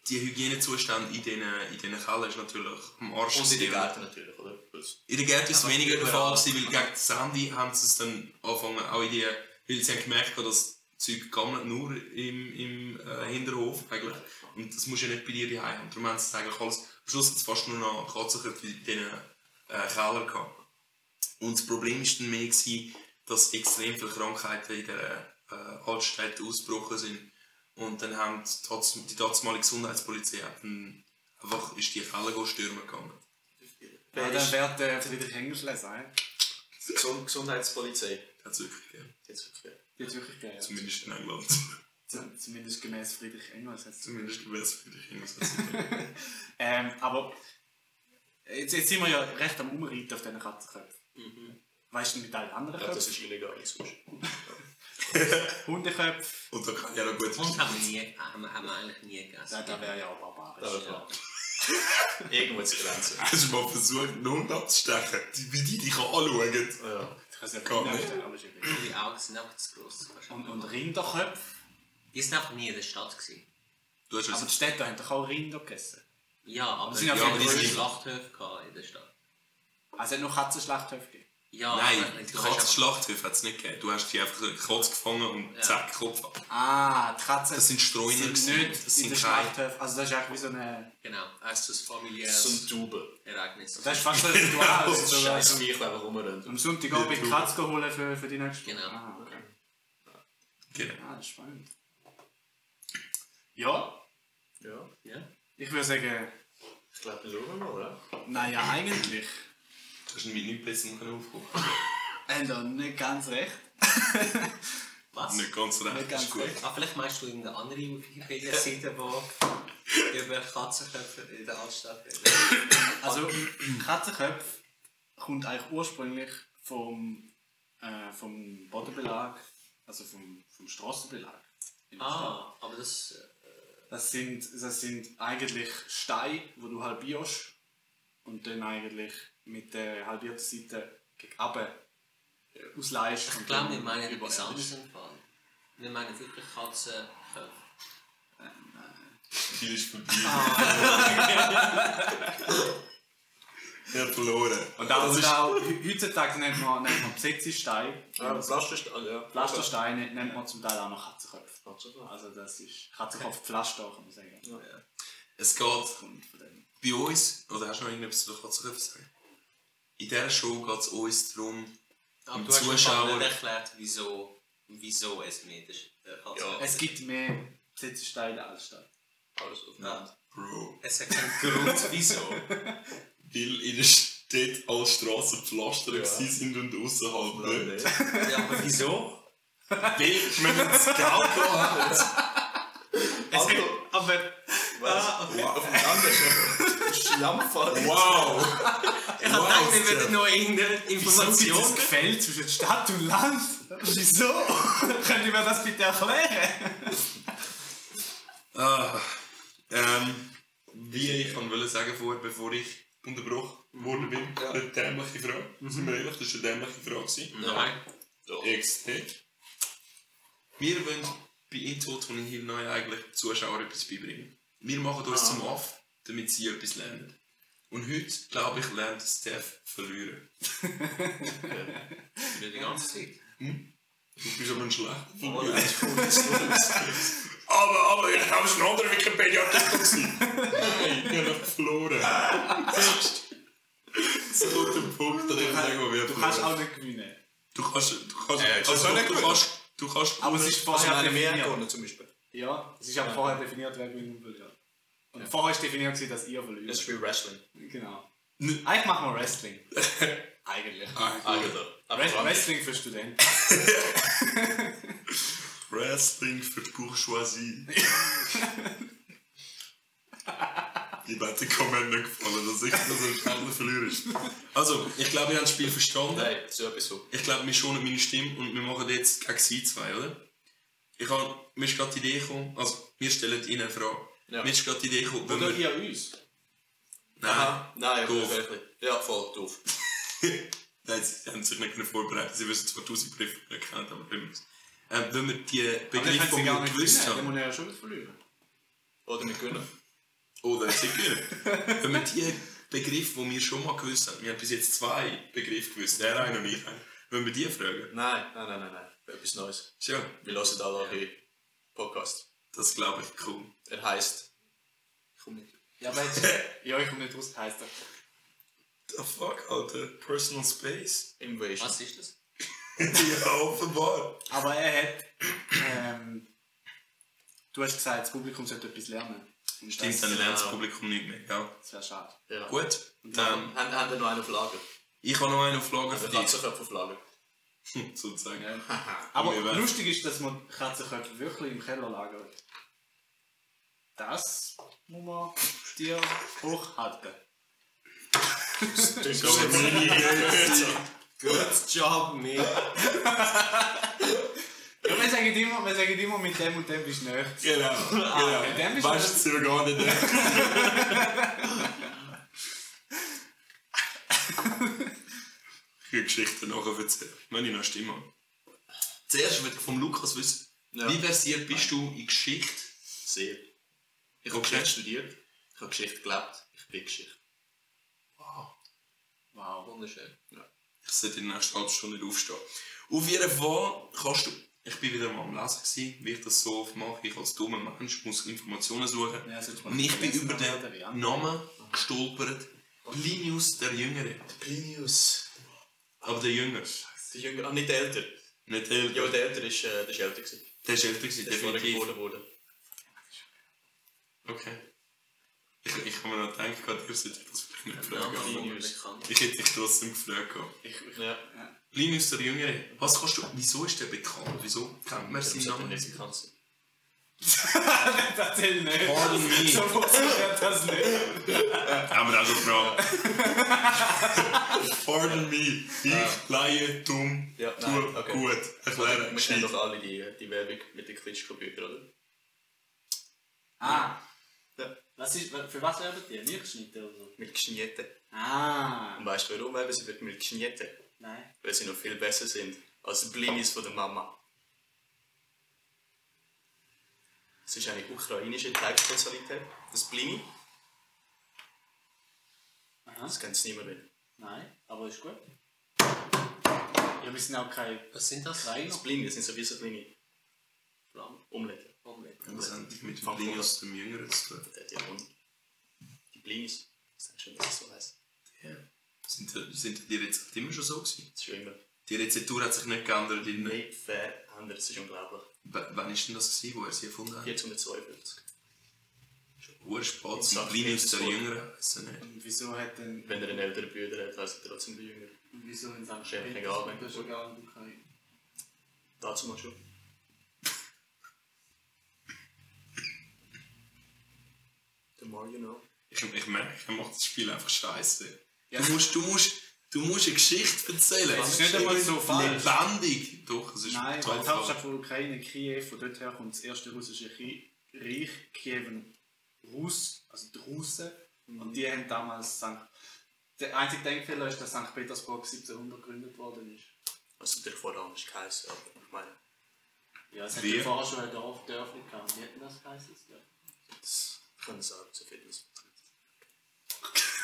S4: die Hygienezustände in diesen in diesen Kellen ist natürlich am Arsch.
S5: Und in den
S4: gewesen.
S5: Gärten natürlich, oder? Das-
S4: In der Gärten ist es
S3: Aber
S4: weniger der Fall,
S3: überall.
S4: gewesen, weil gegen das Ende haben sie es dann angefangen, auch in die, weil sie haben gemerkt, dass das Zeug gammelt nur im, im äh, Hinterhof eigentlich. Und das musst du ja nicht bei dir daheim haben. Darum haben sie es eigentlich alles, am Schluss hat es fast nur noch Katzenköpfe in diesen äh, Keller gehabt. Und das Problem war dann mehr, gewesen, dass extrem viele Krankheiten in der äh, Altstadt ausgebrochen sind. Und dann haben die, daz- die damalige Gesundheitspolizei hat dann einfach ist die Keller stürmen gegangen.
S6: Ja, dann wird äh, Friedrich äh, Engelschle sein.
S5: Gesund Gesundheitspolizei.
S4: Hat es wirklich gegeben.
S5: Jetzt wird's fair.
S6: Die hat wirklich gegeben. ja.
S4: Zumindest in England. [LAUGHS]
S6: Z- Zumindest gemäß Friedrich Engels. hat's-
S4: Zumindest wäre es für dich irgendwas.
S6: Ähm, aber jetzt, jetzt sind wir ja recht am Umreiten auf diesen Katzenköpfen. Weißt du mit allen anderen
S5: Ja, das
S6: Köpfen?
S5: ist illegal. Das ist
S6: Hundeköpfe?
S4: Und da kann ich auch noch gut
S3: Und haben wir, nie, haben, haben wir eigentlich nie gegessen.
S6: Ja, das wäre ja auch barbarisch.
S5: aber klar. Irgendwo ist die Grenze.
S4: Hast du mal versucht, einen Hund abzustechen? Die- Wie die dich anschauen?
S5: Ja.
S6: Das kannst du ja
S4: Gar
S6: nicht
S4: nicht.
S6: nachstellen, aber ist ja egal.
S3: Die Augen sind einfach zu gross.
S6: Und, und Rinderköpfe?
S3: Die sind einfach nie in der Stadt gewesen.
S4: Du hast
S6: Aber die
S4: also
S6: Städte haben doch auch Rinder gegessen.
S3: Ja, aber
S6: sind ja
S3: die haben
S6: viele
S3: größte
S4: Leute.
S3: Schlachthöfe gehabt in der Stadt.
S6: Also es hat noch Katzenschlachthöfe gegeben.
S3: Ja, aber
S4: Nein, die
S3: du hast einfach-
S4: Katzenschlachthöfe hat es nicht gegeben. Du hast die einfach kurz gefangen und zack, Kopf ab.
S6: Ah, die Katzen
S4: Das sind Streuner
S6: sind
S4: gewesen.
S6: nicht
S4: Das
S6: in
S4: sind
S6: den
S4: keine-
S6: Schlachthöfen. Also das ist eigentlich wie so eine...
S3: Genau, erst ein familiäres
S5: Zum Tauben.
S3: Ereignis.
S6: Das ist fast so ein Ritual.
S5: Ah, Das ist
S6: so,
S5: scheiß
S6: also,
S5: Viech, wenn wir rumrennen.
S6: am Sonntag oben die Katze holen für, für die nächste
S3: Genau.
S6: Ah, okay.
S4: Genau.
S6: ah, das ist spannend. Ja,
S5: Ja.
S3: Ja?
S6: ich würde sagen,
S5: Ich glaube, das schauen wir mal, oder?
S6: naja, eigentlich
S4: Du hast irgendwie nichts besser machen aufgehoben.
S6: haben wir Äh, nicht ganz recht.
S3: Was?
S4: Nicht ganz
S6: Nicht
S4: recht,
S6: ganz
S4: ist gut.
S6: recht.
S3: Ah, vielleicht meinst du irgendeine andere Wikipedia-Seite,
S6: [LAUGHS]
S3: wo über Katzenköpfe in der Altstadt redet.
S6: Also, [CLEARS THROAT] Katzenköpfe kommt eigentlich ursprünglich vom, äh, vom Bodenbelag, also vom, vom Strassenbelag. in der Stadt.
S3: Ah, aber das... äh,
S6: Das sind, das sind eigentlich Steine, wo du halbierst und dann eigentlich mit der halbierten Seite gegen oben äh, ausleihst.
S3: Ich glaube, wir meinen etwas anderes im Fall. Wir meinen wirklich Katzenköpfe.
S4: Viel ist vorbei.
S6: Ah.
S4: [LAUGHS] Er hat verloren.
S6: Und auch, und auch he- heutzutage nennt man, nennt man Besetzesteine,
S5: Ja, Pflasterstall, ja.
S6: Pflastersteine nennt man zum Teil auch noch Katzenköpfe. Also das ist Katzenkopfpflaster, kann man sagen.
S4: Es geht
S6: Und von dem.
S4: bei uns, oder hast du noch irgendetwas zu der Katzenköpfe zu sagen? In dieser Show geht es uns darum,
S3: Aber
S4: Und
S3: du hast mir
S4: Zuschauer-
S3: fast nicht erklärt, wieso, wieso es mehr ist. Äh,
S5: Ja.
S3: es,
S6: Es gibt mehr Besetzesteine als Steine.
S5: Alles aufeinander.
S4: Bro,
S3: es hat keinen Grund, wieso.
S4: weil in der Stadt alle Straßen gepflastert
S5: Ja.
S4: gewesen sind und außerhalb nicht.
S3: Ja, aber wieso?
S4: Weil wir haben es genau
S6: Es gibt,
S5: Also-
S6: aber
S5: Ah, okay. Aufeinander. Schlammfall.
S4: Wow!
S3: Ich wow, dachte, wir würden noch irgendeine
S6: wieso gibt
S3: Information
S6: es Gefälle zwischen Stadt und Land? Wieso? [LAUGHS] Könnt ihr mir das bitte erklären?
S4: Ah, ähm, wie ich kann wollte sagen vor, bevor ich unterbrochen worden bin, eine dämliche Frage. Sind wir ehrlich, das war eine dämliche Frage. gewesen.
S3: Nein.
S4: Extrem. Wir wollen bei Intot und in Hill neu eigentlich den Zuschauern etwas beibringen. Wir machen uns zum Aff, damit sie etwas lernen. Und heute, glaube ich, lernt Steph verlieren.
S3: Für die ganze Zeit.
S4: Du bist aber ein schlechter aber, aber, ich habe schon andere Wikipedia-Artikel gesehen. Nein, ich habe verloren. Siehst du? So guter Punkt, den ich sage, wir
S6: Du kannst auch nicht gewinnen.
S4: Du kannst... Du kannst...
S5: Äh,
S4: also,
S5: das ist
S4: du
S5: nicht
S4: kannst... Du kannst...
S6: Aber es ist
S5: Also,
S6: vorher
S5: meine mehr
S6: definiert.
S5: gewonnen zum Beispiel.
S6: Ja, es ist auch vorher definiert, wer gewinnen will. Ja. Und vorher ist definiert, gewesen, dass ihr verliert.
S5: Das ist wie Wrestling.
S6: Genau.
S4: N-
S6: Eigentlich machen wir [LAUGHS] Wrestling. Eigentlich.
S4: Ah,
S5: Alter.
S6: Wrestling für Studenten.
S4: Herzling für die
S6: [LAUGHS]
S4: Bourgeoisie. ich habe den Comment nicht gefallen, dass ich das so schnell verliere. Also, ich glaube, ihr habt das Spiel verstanden.
S5: Nein, so etwas so.
S4: Ich glaube, wir schonen meine Stimme und wir machen jetzt gegen sie zwei, oder? Ich hab, mir ist gerade die Idee gekommen, also wir stellen ihnen eine Frage.
S5: Ja.
S4: Mir ist gerade die Idee gekommen, wenn
S6: Oder
S4: wir...
S6: ihr uns?
S5: Ah,
S4: Nein,
S5: Nein, aber
S4: Doof.
S5: wirklich. Ja, voll doof.
S4: nein, sie haben sich nicht genug vorbereitet. Sie wissen zwar tausend Begriffe erkannt, aber blimms. Ähm, wenn wir die Begriffe, die wir gewusst
S6: Dann
S4: haben...
S6: muss er ja schon wieder verlieren.
S5: Oder wir können.
S4: Oh, das ist
S6: [LAUGHS]
S4: sicher. wenn wir die Begriffe, die wir schon mal gewusst haben, wir haben bis jetzt zwei Begriffe gewusst, der eine und ich eine, wenn wir die fragen...
S5: Nein, nein, nein, nein, nein. Etwas Neues.
S4: Tja,
S5: Wir hören alle eure Podcast.
S4: das glaube ich, cool. [LAUGHS]
S5: Er heisst. Ich komme nicht.
S6: Ja, aber jetzt, ja, ich komme nicht raus, heisst er.
S4: The fuck, Alter? Personal Space? [LAUGHS]
S5: Invasion.
S3: Was ist das?
S4: ja, offenbar.
S6: Aber er hat. Ähm, du hast gesagt, das Publikum sollte etwas lernen. Und
S4: Stimmt,
S6: Das,
S4: dann lernt das Publikum nicht mehr, ja.
S6: das wäre schade.
S5: Ja.
S4: Gut, dann,
S5: Haben, haben wir noch einen auf Lager?
S4: ich habe noch eine Frage für dich.
S5: Wir Katzenköpfe auf Lager.
S4: [LAUGHS] Sozusagen.
S6: Aber
S4: Wir werden-
S6: lustig ist, dass man Katzenköpfe wirklich im Keller lagert. Das muss man dir hochhalten.
S4: Ich habe nie
S7: Good job, mate.
S6: Ja, wir sagen immer, wir sagen immer, mit dem und dem bist du näher.
S4: Genau,
S6: mit
S4: genau.
S6: dem bist du-
S4: Weißt du, dass wir gar nicht denken? Ich will Geschichten nachher erzählen, wenn ich noch Stimme habe. Zuerst würde ich vom Lukas wissen,
S5: Ja.
S4: wie versiert bist du in Geschichte?
S5: Sehr. Ich habe
S4: Okay.
S5: Geschichte studiert, ich habe Geschichte gelebt, ich bin Geschichte.
S6: Wow.
S5: Wunderschön. Ja.
S4: Ich sollte in der nächsten halben Stunde nicht aufstehen. Auf jeden Fall kannst du. Ich bin wieder mal am Lesen, gewesen, wie ich das so oft mache. Ich als dummer Mensch muss Informationen suchen.
S6: Ja, solltest du mal
S4: Und ich bin
S6: lesen,
S4: über
S6: dann werden wir, ja.
S4: den Namen gestolpert. Plinius der Jüngere.
S5: Plinius.
S4: Aber der Jünger.
S5: Der Jünger, ah, nicht der Älter.
S4: Nicht der
S5: Ja,
S4: Älter.
S5: der Älter ist, äh, der ist älter gewesen.
S4: Der ist älter gewesen,
S5: Der ist vorher
S4: definitiv.
S5: geboren worden.
S4: Okay. Ich, ich habe mir noch gedacht, gerade ihr solltet das vielleicht nicht fragen. aber
S5: Plinius.
S4: Ich hätte dich trotzdem gefragt. gehabt.
S5: Ja.
S4: Plinius der Jüngere. Was kannst du. Wieso ist der bekannt? Wieso kennt man
S5: Das
S4: seinen
S5: ist aber
S4: Namen?
S5: nicht bekannt. sein.
S6: Das zählt nicht.
S4: Pardon me.
S6: So funktioniert das nicht.
S4: Aber also Frau. [LAUGHS] Pardon me. Ich, Laie, dumm,
S5: Ja,
S4: tu
S5: nein, okay.
S4: gut. Erklären,
S5: Wir kennen
S4: gescheit.
S5: doch alle die, die Werbung mit den Klitschko-Büchern, oder?
S6: Ah.
S5: Ja.
S6: Was ist, für was werben die? Milchschnitte oder so?
S5: Mit Geschnieten.
S6: Ah.
S5: Und weißt du warum? werben Sie wird mit Geschnieten.
S6: Nein.
S5: Weil sie noch viel besser sind als die Blinis von der Mama. Das ist eine ukrainische Teigspezialität. Das Blini.
S6: Aha.
S5: Das kennt es niemand mehr.
S6: Nein. Aber ist gut. Ja, wir sind auch keine
S3: Was sind das?
S6: Kreiner.
S5: Das Blini, das sind so wie so kleine Omelette.
S3: Omelette.
S4: Was haben die mit dem
S5: Fuck,
S4: Plinius dem Jüngeren zu tun?
S5: Der hat ja Hund. Die Blinis. Das ist schön, dass es so heisst.
S4: Sind, sind die Rezepte immer schon so gewesen?
S5: Das ist schon immer.
S4: Die Rezeptur hat sich nicht geändert. In, w-
S5: Nicht verändert. Das ist unglaublich.
S4: wann war denn das, gewesen, wo er sie erfunden hat?
S5: 1452.
S4: Urspatz und
S5: Sack-
S4: Plinius der
S5: Sack-
S4: Jüngere. Weiss ich nicht.
S6: Und wieso hat denn.
S5: Wenn er einen älteren Bruder hat, heisst er trotzdem der Jüngere.
S6: Wieso in St.
S5: Schäfer,
S6: Petersburg?
S5: egal, wenn-
S6: Das ist sogar in der Ukraine.
S5: Dazu mal schon. The more you know.
S4: Ich, ich merke, er macht das Spiel einfach scheiße. Du, musst, du, musst, du musst eine Geschichte erzählen.
S6: Es ist nicht einmal so falsch.
S4: Lebendig. Doch, es ist
S6: Nein, weil
S4: total
S6: die Hauptstadt von Ukraine, Kiew, von dort her kommt das erste russische Chi- Reich, Kiew Rus, also die Russen. Und die haben damals St. Der einzige Denkfehler ist, dass St. Petersburg 1700 gegründet worden ist.
S5: Was natürlich vorher anders geheißen, aber ich meine,
S6: Ja, es hat
S4: Wie?
S6: ja vorher schon ein Dorf, Dörfli gehabt. Wie hat denn das geheißen? Ja.
S5: das können sie auch zu viel das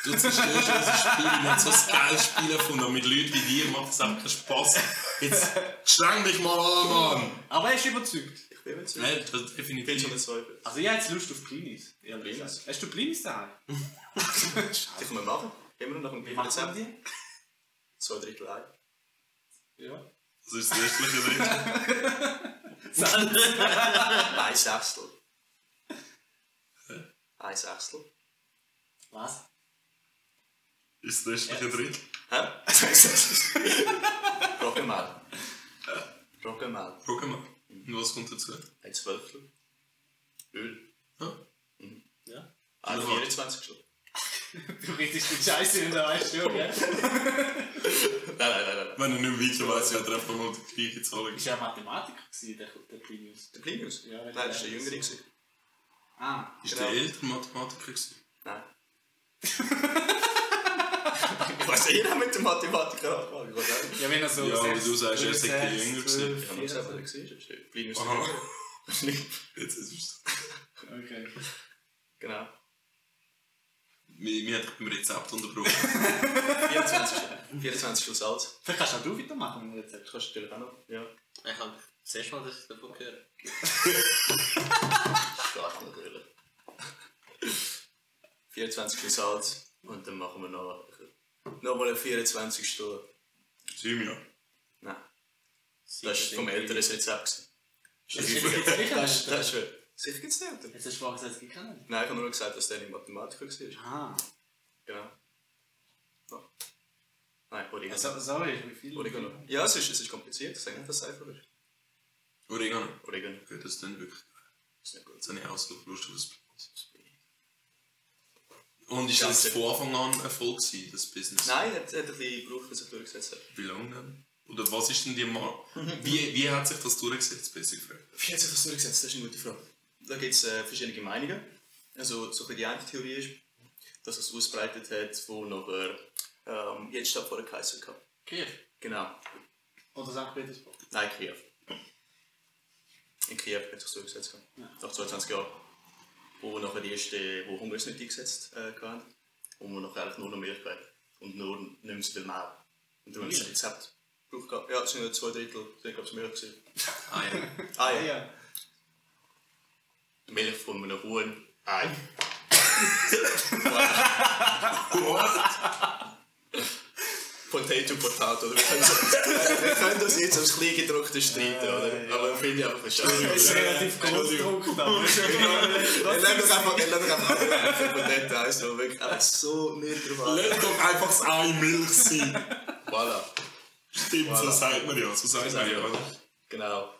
S4: Du zerstörst unser um Spiel, wir haben so ein geiles Spiel erfunden. Und mit Leuten wie dir macht es einfach keinen Spass. Jetzt streng dich mal an, Mann!
S6: Aber er ist überzeugt.
S5: Ich bin jetzt wieder.
S4: Nein, das ist
S5: Ich bin
S4: definitiv.
S5: schon mit
S6: Also ich habe jetzt Lust auf Plinis. ehrlich
S5: Plinis?
S6: gesagt. Hast du Plinis daheim?
S5: Die können wir machen. Immer noch nach dem
S6: Wie
S5: gleichen
S6: macht man
S5: Rezept.
S6: die?
S5: Zwei Drittel ein.
S6: Ja.
S4: Das ist das restliche Drittel.
S5: Ein Sechstel. Ein Sechstel.
S6: Was?
S4: Ist das restliche Drittel.
S5: Hä? [LAUGHS] Roggenmehl. Roggenmehl.
S4: Guck mal. Und was kommt dazu?
S5: Ein Zwölftel. Öl.
S4: Ja.
S5: Hm? Ja.
S4: Ja.
S5: Also 24 Stunden.
S6: Du riechst den Scheiß in der weißt du, gell?
S5: Nein, nein, nein, nein. nein.
S4: Wenn er nicht weiter weiss, ja, dann einfach mal die gleiche Zahl.
S6: Ist ja ein Mathematiker gewesen, der, der Plinius.
S5: Der Plinius?
S6: Ja,
S5: nein,
S6: wenn
S5: das war
S6: der-
S5: der Jüngere. gewesen. [LAUGHS]
S6: Ah,
S4: Ist
S5: Genau.
S4: der ältere Mathematiker gewesen?
S5: Nein. Was ist jeder mit dem Mathematiker angefangen? oder? Ja,
S6: ja, wenn er so.
S4: Ja, aber
S6: sechs-
S4: du sagst, er
S6: sechs-
S4: sei der Jünger
S6: zwölf,
S4: gewesen.
S5: wenn man das einfach gesehen hat, ist der Plinius der
S4: Aha.
S5: Jüngere.
S4: Jetzt ist es.
S6: Okay.
S5: Genau.
S4: Wir, wir haben beim Rezept unterbrochen.
S5: 24 Stunden. 24 Stunden Salz.
S6: Vielleicht kannst auch du weitermachen mit dem Rezept.
S5: Kannst du natürlich auch noch. Ja.
S3: Ich habe das erste Mal, dass ich davon gehört
S5: Stark natürlich. 24 Stunden Salz. Und dann machen wir noch, nochmal eine 24 Stunden.
S4: Thymian.
S5: Nein. Das ist vom älteren Rezept. gewesen. Das
S6: Jetzt
S5: ist, das ist schön. Sicher gibt es den älteren.
S6: hast du vorher gesagt, es gibt keinen.
S5: Nein, ich habe nur gesagt, dass der nicht Mathematiker war.
S6: Ah.
S5: Genau. Ja. Nein, Oregano.
S6: So, sorry, wie viel?
S5: Oregano. Ja, es ist, es ist kompliziert. Ich sage nicht, dass es einfach ist.
S4: Oregano.
S5: Oregano.
S4: Okay, das ist dann wirklich.
S5: Ist nicht gut.
S4: Jetzt habe ich auch so Lust auf das Und ist
S5: Ja,
S4: das
S5: sehr.
S4: von Anfang an Erfolg gewesen, das Business?
S5: Nein, hat, hat ein bisschen gebraucht, bis er durchgesetzt hat.
S4: Wie lange denn? Oder was ist denn die Mar wie, wie hat sich das durchgesetzt, besser gefragt?
S5: Wie hat sich das durchgesetzt? Das ist eine gute Frage. Da gibt es äh, verschiedene Meinungen. Also, so ein bisschen die eine Theorie ist, dass es ausbreitet hat, wo nachher ähm, jetzt statt vor der Kaiser kam.
S6: Kiew.
S5: Genau.
S6: Oder St. Petersburg.
S5: Nein, Kiew. In Kiew hat sich durchgesetzt. Ja. Nach 22 Jahren. Wo nachher die ersten, wo Hungersnöte eingesetzt äh, hatten. Und wo nachher eigentlich nur noch Milch gab. Und nur nicht mehr so viel Mehl. Und darum hat es ein Rezept gebraucht. gehabt. Ja, es sind nur zwei Drittel, ich glaube, es Milch. gewesen.
S4: Ah ja.
S5: Ah
S6: Ja,
S5: ja.
S6: ja.
S5: Milch von einem Huhn. [LAUGHS] Ei. Potato, Potato. oder? Wir können das- wir können das jetzt als Kleingedruckte streiten, oder? Aber finde ich einfach ein Scheiß.
S6: Ist relativ groß gedruckt, aber ist [LAUGHS]
S5: Er lernt doch einfach, er lernt doch einfach alle von Details, so wirklich. Aber so nicht drüber. an.
S4: Lass doch einfach das Ei Milch sein.
S5: Voilà.
S4: Stimmt, so
S5: Voilà.
S4: sagt man ja. So sagt man ja, oder?
S5: Genau.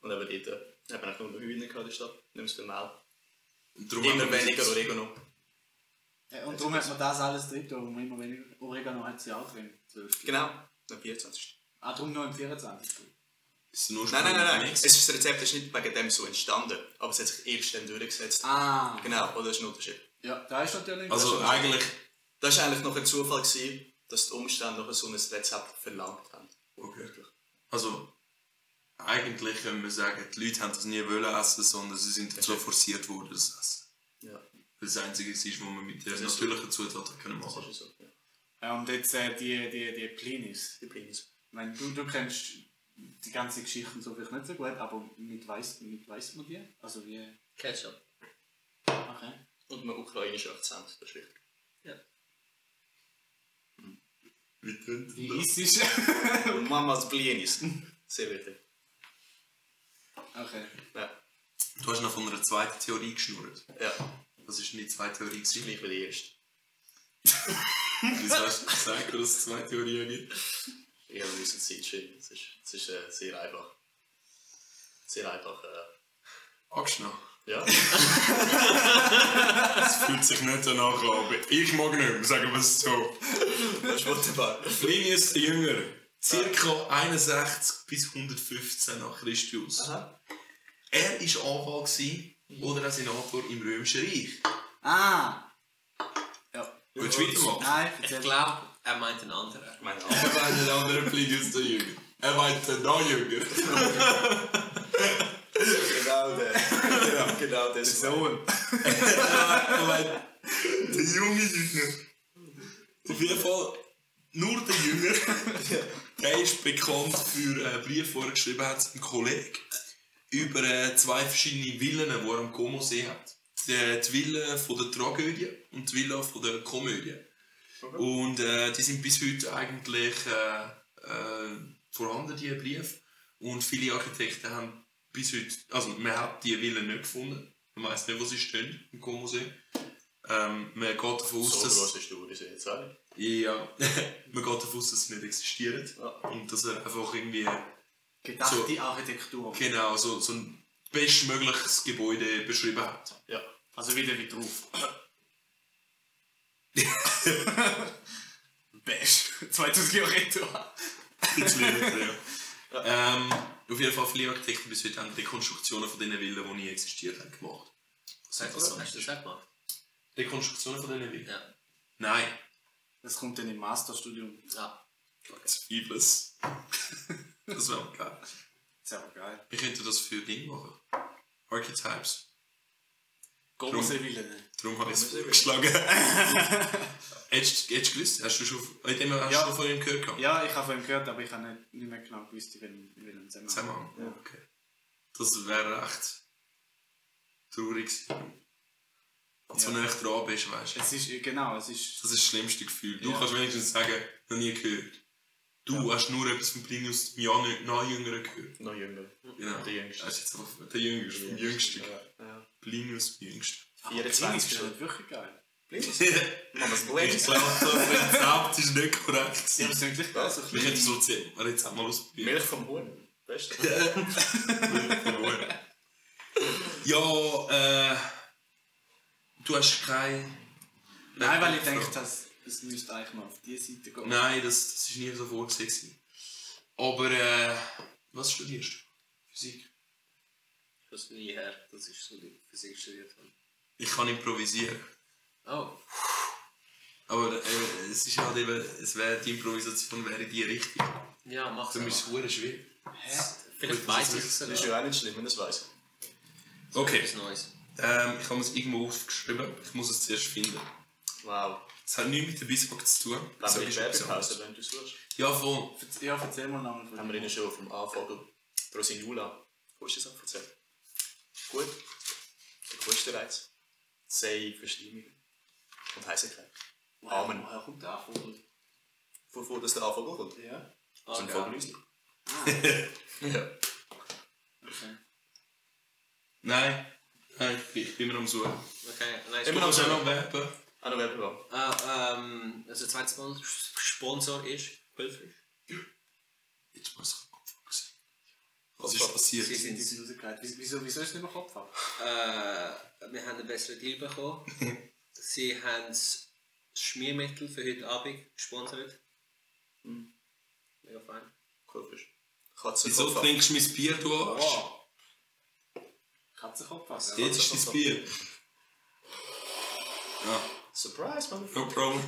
S5: Und eben dort äh, hat man auch nur noch Hühner gehabt in der Stadt. Nimmst du mal.
S4: Und darum
S5: Immer
S4: haben wir-
S5: weniger Oregano.
S6: Ja, Und darum hat man das alles drin, darum immer weniger. Oregano hat sie auch drin. zwölf.
S5: Genau. Dann 24.
S6: Ah, darum nur im 24.
S4: Ist nur
S5: Nein, nein, nein, nein.
S4: nichts.
S5: Es ist, das Rezept ist nicht wegen dem so entstanden, aber es hat sich erst dann durchgesetzt.
S6: Ah.
S5: Genau, oder? Das ist ein Unterschied.
S6: Ja, da ist natürlich.
S4: Also eigentlich,
S5: Das war eigentlich noch ein Zufall, gewesen, dass die Umstände noch so ein Rezept verlangt haben.
S4: Okay. also eigentlich können wir sagen, die Leute haben das nie wollen essen, sondern sie sind dazu forciert worden, das Essen.
S5: Ja,
S4: Weil das Einzige ist, was man mit der
S5: Das ist so.
S4: natürlichen Zutat hat können
S5: das
S4: machen
S5: ist so. Ja.
S6: Ja, und jetzt äh, die, die, die Plinis.
S5: Die Plinius.
S6: Ich meine, du, du kennst die ganze Geschichte so vielleicht nicht so gut, aber mit weiss, mit weiss man die? Also wie.
S3: Ketchup.
S6: Okay.
S5: Und ein ukrainischer Akzent, das ist wichtig.
S4: Wie tönt
S6: Wie
S4: das?
S6: ist es?
S5: [LAUGHS] Und Mamas Plinius. Sehr wichtig.
S6: [LAUGHS] okay.
S5: Ja,
S4: Du hast noch von einer zweiten Theorie geschnurrt.
S5: ja.
S4: Was ist denn die zweite Theorie?
S5: Das ist
S4: gewesen?
S5: gleich wie die erste.
S4: Wieso hast du gesagt, dass es zwei Theorien gibt?
S5: Ja, wir müssen Zeit schieben. Es ist, es ist äh, sehr einfach. Sehr einfach. Äh,
S4: Abschnau.
S5: ja.
S4: Es fühlt sich nicht danach an, aber ich mag nicht mehr, sagen wir es so.
S5: das ist wunderbar.
S4: Plinius der Jüngere, ca. 61 bis 115 nach Christus.
S5: Aha.
S4: Er war Anwalt gewesen oder ein Senator im Römischen Reich.
S6: Ah! Ja.
S4: Willst du weitermachen?
S6: Nein,
S3: Ich
S6: erzähl.
S3: glaube, er meint einen anderen.
S5: Meine
S4: Er meint den anderen Plinius der Jüngere. Er meint den noch Jünger.
S6: [LAUGHS]
S5: Genau der. Genau, genau der.
S6: So.
S4: Er meint den junge Jünger. Auf jeden Fall nur der Jünger. [LAUGHS] Der ist bekannt für einen Brief, den er geschrieben hat, einem Kollegen. Über äh, zwei verschiedene Villen, die er am Como See hat. Die, die Villa von der Tragödie und die Villa von der Komödie. Und äh, die sind bis heute eigentlich äh, äh, vorhanden, diese Briefe. Und viele Architekten haben bis heute, also man hat die Villen nicht gefunden. Man weiß nicht, wo sie stehen, im Como See. Ähm, man geht davon aus,
S5: So
S4: dass...
S5: groß ist du, das jetzt auch nicht.
S4: [LAUGHS] Ja, man geht davon aus, dass es nicht existiert
S5: Ja.
S4: und dass er einfach irgendwie
S6: gedachte
S4: So.
S6: Architektur.
S4: Genau, so, so ein bestmögliches Gebäude beschrieben [LAUGHS] hat.
S7: Ja.
S6: Also wieder wie drauf. Bash. Zweites Giorgetto.
S4: Jetzt lernen wir, ja. ähm, auf jeden Fall viele Architekten bis heute haben Rekonstruktionen von diesen Villen, die nie existiert haben, gemacht. Das ist
S3: Hast du
S4: interessant.
S3: das auch gemacht?
S4: Rekonstruktionen von diesen Villen?
S3: Ja.
S4: Nein.
S6: Das kommt dann im Masterstudium.
S3: Ja.
S4: Übles. [LAUGHS] das wäre geil.
S6: Ist ja aber geil.
S4: Wir könnten das für Ding machen. Archetypes.
S6: Gomo
S4: Drum.
S6: Sevilla.
S4: Darum habe ich es vorgeschlagen. [LAUGHS] Hättest hättest du gewusst? Hast du schon, in dem hast
S6: Ja.
S4: du schon von ihm gehört? gehabt?
S6: Ja, ich habe von ihm gehört, aber ich habe nicht, nicht mehr genau gewusst, in welchem in welchem Zusammenhang.
S4: Zusammenhang. Ja. Okay. Das wäre recht traurig gewesen. Jetzt, wenn du nicht dran bist, weißt du.
S6: Es ist, genau, es ist.
S4: Das ist das schlimmste Gefühl. Du
S6: Ja.
S4: kannst wenigstens sagen, noch nie gehört. Du hast nur etwas von Plinius, dem Jahr noch jüngeren gehört.
S7: Noch jünger.
S4: Genau.
S7: Der Jüngste.
S4: Hast jetzt einfach der Jüngste, vom Jüngsten.
S7: Ja.
S4: Plinius, der Jüngste.
S6: Das
S7: 24.
S6: ist wirklich geil.
S5: Mamas
S4: ich glaube, das Rezept ist nicht korrekt. gewesen.
S6: Ja, aber es sind wirklich geil. So
S4: Wir
S6: kleine-
S4: können so zehn Rezept mal ausprobieren.
S7: Milch vom Huhn. Beste.
S4: Ja, äh. Du hast keine.
S6: Nein, weil ich denke, dass es müsste eigentlich mal auf diese Seite gehen.
S4: Genau. Nein, das, das ist nie so vorgesehen. gewesen. Aber, äh. Was studierst du? Physik.
S3: Das ist nie her, dass ich Studi- Physik studiert habe.
S4: Ich kann improvisieren.
S3: Oh.
S4: Aber äh, es ist halt eben. Es wäre, die Improvisation wäre die richtig.
S3: Ja, mach
S4: Für mich ist
S3: es.
S4: es verdammt schwierig.
S3: Vielleicht weiß ich es
S7: Das ist
S3: sogar.
S7: ja auch nicht schlimm, wenn es weiß.
S4: Okay,
S3: Etwas Neues.
S4: ähm, ich habe es irgendwo aufgeschrieben. Ich muss es zuerst finden.
S7: Wow.
S4: Es hat nichts mit der Bismarck zu tun.
S7: Dann
S4: So
S7: haben wir die
S4: ist es
S7: Werbepause, wenn du suchst.
S4: Ja, voll.
S6: Ja, erzähl mal nochmal von
S7: Haben wir ihnen schon vom Anfang Rosinula. Wo ist das auch erzählt? Gut. Der Kostenreiz. Sei Verstimmung. Und Heißigkeit. Amen.
S6: Woher kommt der Anfang?
S7: Bevor das der Anfang kommt.
S6: Ja.
S7: Zum
S3: ja.
S7: Vogelhäuschen. Ja.
S6: Okay.
S4: Nein. Nein, ich bin- ich bin mir am Suchen.
S3: Okay,
S4: Ich
S3: nein, ist
S4: bin
S3: gut.
S4: am Suchen. Werben.
S7: Auch Ah, noch Werbung.
S3: Äh, ähm, also der zweite Spon- Sponsor ist Hülfrich.
S4: Jetzt muss ich am Anfang sehen. Was ist passiert?
S3: Sie
S6: Die
S3: sind
S6: sind rausgefallen. Wieso, wieso wieso ist es nicht mehr Kopf ab?
S3: äh, wir haben einen besseren Deal bekommen. Sie haben das Schmiermittel für heute Abend gesponsert. Mega fein.
S7: Kurvisch. Katze.
S4: Wieso
S7: Kopf ab.
S4: trinkst du mein Bier, du Arsch?
S6: Katzenkopf ab.
S4: Jetzt ist dein Bier. Ja,
S7: Surprise, Mann.
S4: no problem.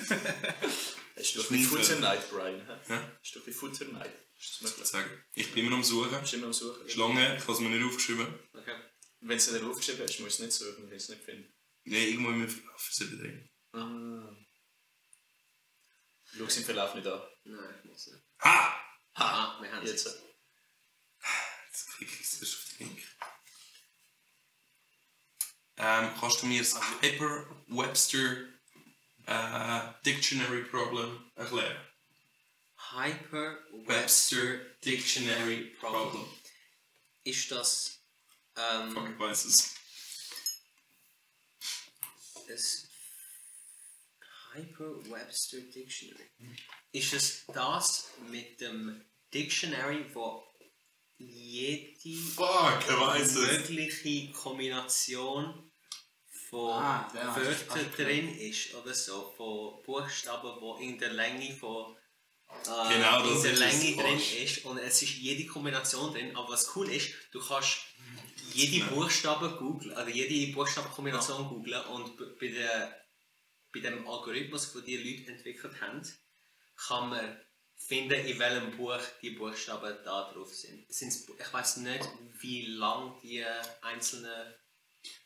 S7: Hast du ein bisschen
S4: Schneiden.
S7: Futter Night, Brian? hä?
S4: Ja.
S7: Hast du ein bisschen Futter Night? Ist das möglich?
S4: Sagen. Ich bin immer am Suchen.
S7: Bist du immer am Suchen?
S4: Schlange, ich habe es mir nicht aufgeschrieben.
S3: Okay.
S7: Wenn du es nicht aufgeschrieben hast, musst du es nicht suchen, wenn du es nicht findest.
S4: Nein, irgendwo im Verlauf ist es drin.
S7: Ah. Schau es im Verlauf nicht an.
S3: Nein, ich muss nicht.
S4: Ha!
S3: Ah, wir haben es.
S7: Jetzt.
S3: jetzt.
S4: Jetzt klicke ich zuerst auf den Link. Ähm, kannst du mir das Paper Webster äh, Dictionary Problem erklären?
S3: Hyper
S4: Webster Dictionary Problem.
S3: ist das ähm,
S4: Fuck, ich weiß es.
S3: das Hyper Webster Dictionary. Ist es das mit dem Dictionary, wo jede
S4: Fuck, ich weiß
S3: Äh,
S4: es.
S3: mögliche Kombination von
S6: Ah, ja, das ist
S3: Wörtern
S6: alles klar.
S3: drin ist oder so, von Buchstaben, wo in der Länge von äh,
S4: Genau,
S3: in
S4: das
S3: der
S4: ist
S3: Länge
S4: es,
S3: drin
S4: Arsch.
S3: ist und es ist jede Kombination drin, aber was cool ist, du kannst jede
S4: Genau.
S3: Buchstabe googeln, also jede Buchstabenkombination googlen und b- bei, der, bei dem Algorithmus, den die Leute entwickelt haben, kann man finden, in welchem Buch die Buchstaben da drauf sind. Sind's, Bu- ich weiß nicht, wie lang die einzelnen.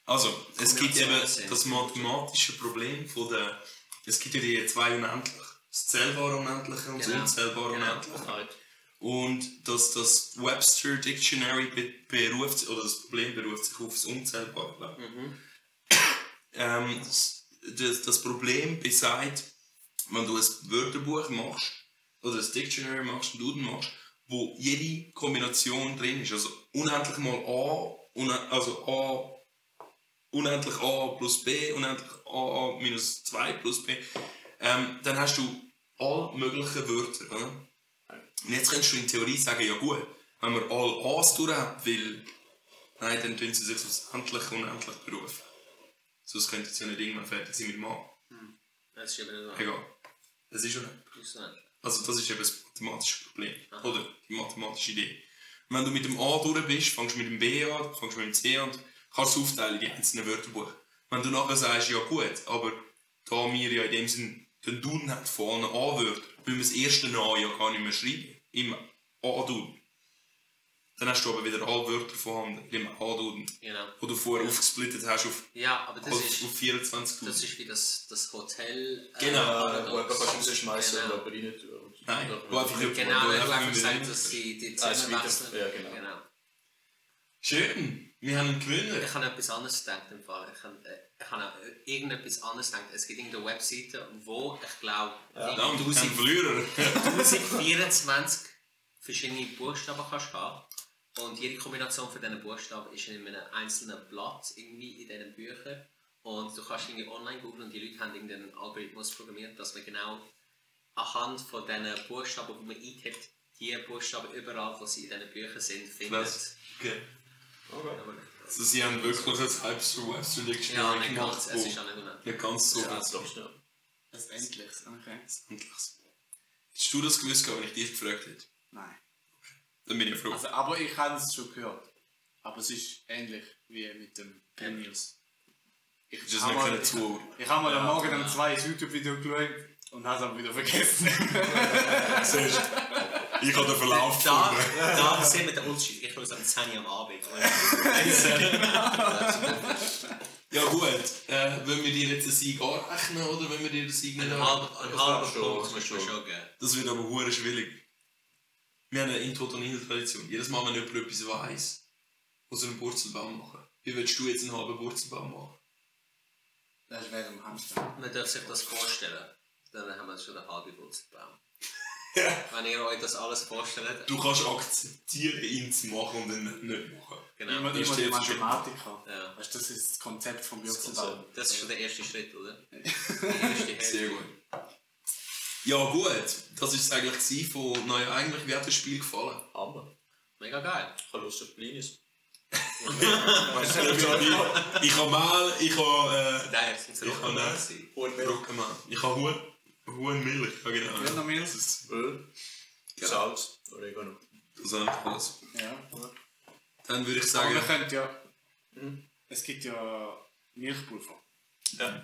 S4: Also, es gibt eben
S3: Kombinationen sind.
S4: das mathematische Problem von der. Es gibt ja die zwei Unendlichen. Das zählbare Unendliche und
S3: Genau.
S4: das unzählbare
S3: Genau.
S4: Unendliche. Und dass das Webster Dictionary be beruft, oder das Problem beruft sich auf das Unzählbare. glaub ich. Ähm, das, das- das Problem besagt, wenn du ein Wörterbuch machst, oder ein Dictionary machst, einen Duden machst, wo jede Kombination drin ist. Also unendlich mal A, une- also A, unendlich A plus B, unendlich A minus 2 plus B. Ähm, dann hast du all möglichen Wörter. Oder? Und jetzt könntest du in Theorie sagen, ja gut, wenn wir all A's durch haben, weil... Nein, dann tun sie sich sonst endlich unendlich berufen. Sonst könnten sie ja nicht irgendwann fertig sein mit dem A.
S3: Das ist eben nicht wahr.
S4: Egal. Das ist schon
S3: Plus ein.
S4: Also das ist eben das mathematische Problem. Oder die mathematische Idee. Und wenn du mit dem A durch bist, fängst du mit dem B an, fängst mit dem C an und kannst es aufteilen, die einzelnen Wörterbuch. Wenn du nachher sagst, ja gut, aber da wir ja in dem Sinn den Dun haben von allen A-Wörtern, müssen wir das erste A ja gar nicht mehr schreiben. Im A-Dun. Dann hast du aber wieder A-Wörter vorhanden, im A-Dun.
S3: Genau.
S4: Wo du vorher aufgesplittet hast auf,
S3: Ja, aber das
S4: auf,
S3: ist,
S4: auf 24 Dun.
S3: das ist wie das, das Hotel. äh,
S4: Genau,
S5: Äh, wo jemand
S3: Paradox.
S5: kannst rausschmeißen
S3: Genau.
S5: und aber rein tun. Und-
S4: Nein,
S5: und-
S4: wo einfach jemand-
S3: Genau,
S4: wo
S3: weil du
S4: einfach
S3: einfach
S4: jemand
S3: gesagt
S4: rein-
S3: dass sie die
S5: Ah, es
S3: Zimmer
S5: weiter-
S3: wechseln.
S5: ja, genau.
S4: Schön, wir haben einen Gewinner.
S3: Ich habe etwas anderes gedacht im Fall. Ich habe, äh, ich habe an irgendetwas anderes gedacht. Es gibt irgendeine Webseite, wo ich glaube,
S4: Verdammt, du bist ein Verlierer.
S3: [LAUGHS] 24 verschiedene Buchstaben kannst haben. Und jede Kombination von diesen Buchstaben ist in einem einzelnen Blatt irgendwie in diesen Büchern. Und du kannst irgendwie online googeln und die Leute haben irgendeinen Algorithmus programmiert, dass man genau anhand von diesen Buchstaben, die man eintippt, die Buchstaben überall, wo sie in diesen Büchern sind, findet.
S4: Das, okay.
S3: Aber-
S4: also sie haben wirklich ein halbes Webster Dictionary
S3: Ja, nicht
S4: gemacht.
S3: ganz. Es
S4: wo-
S3: ist auch nicht unendlich.
S4: nicht ganz so. Also,
S5: Ja,
S4: Ja.
S5: das lässt du.
S6: Das endlich. Okay.
S4: Hättest du das gewusst, gehabt, wenn ich dich gefragt hätte?
S6: Nein.
S4: Dann bin ich froh.
S6: Also, aber ich habe es schon gehört. Aber es ist ähnlich wie mit dem Genius. Ich
S4: Hättest du das
S6: habe
S4: nicht
S6: mal-
S4: können
S6: ich-
S4: zuhören
S6: Ich habe mal am Morgen um zwei ein YouTube-Video geschaut und habe es aber wieder vergessen.
S4: Ich habe den Verlauf
S3: Da,
S4: gefunden.
S3: da sehen wir den Unterschied. Ich schaue es am 10 Uhr am Abend. Und
S4: Ja gut, äh, wollen wir dir jetzt einen Sieg anrechnen oder wenn wir dir den Sieg nicht
S3: einen
S4: anrechnen?
S3: halben einen
S5: das
S3: halben
S5: macht schon,
S3: Punkt
S5: das
S3: muss
S5: macht
S3: man
S5: schon.
S3: schon geben.
S4: Das wird aber hure schwierig. Wir haben eine Intotonil-Tradition. Jedes Mal, wenn jemand etwas weiss, muss er einen Wurzelbaum machen. Wie willst du jetzt einen halben Wurzelbaum machen?
S6: Das wäre im Hamster.
S3: Man darf sich das vorstellen. Dann haben wir schon eine halbe Wurzelbaum. Wenn ihr euch das alles vorstellt,
S4: Du kannst akzeptieren, ihn zu machen und ihn nicht machen.
S3: genau.
S6: Immer,
S4: ich
S6: immer
S4: stehe
S6: die
S4: jetzt schon.
S6: Mathematiker.
S3: Ja.
S6: Weißt, du, das ist das Konzept vom Würzelbaum.
S3: Das ist schon der erste Schritt, oder? Der erste
S4: Sehr
S3: Hälfte.
S4: gut. Ja gut, das war es eigentlich gewesen von... Naja, eigentlich, wie hat das Spiel gefallen?
S5: Hammer.
S3: Mega geil.
S5: Ich habe Lust auf Blinis.
S4: ich ich habe Mehl, ich habe...
S3: Nein, es sind
S4: Äh, ich habe Nase.
S5: Und Milch.
S4: Brockenmehl. Ich habe Huhn. Huhnmilch, ja genau.
S6: Hühnermilch.
S4: Das ist
S5: Öl. Salz. Oregano.
S4: das ist einfach alles.
S6: Ja.
S4: Dann würde ich
S6: Aber
S4: sagen...
S6: man könnte ja. Es gibt ja Milchpulver.
S4: Ja. Mhm.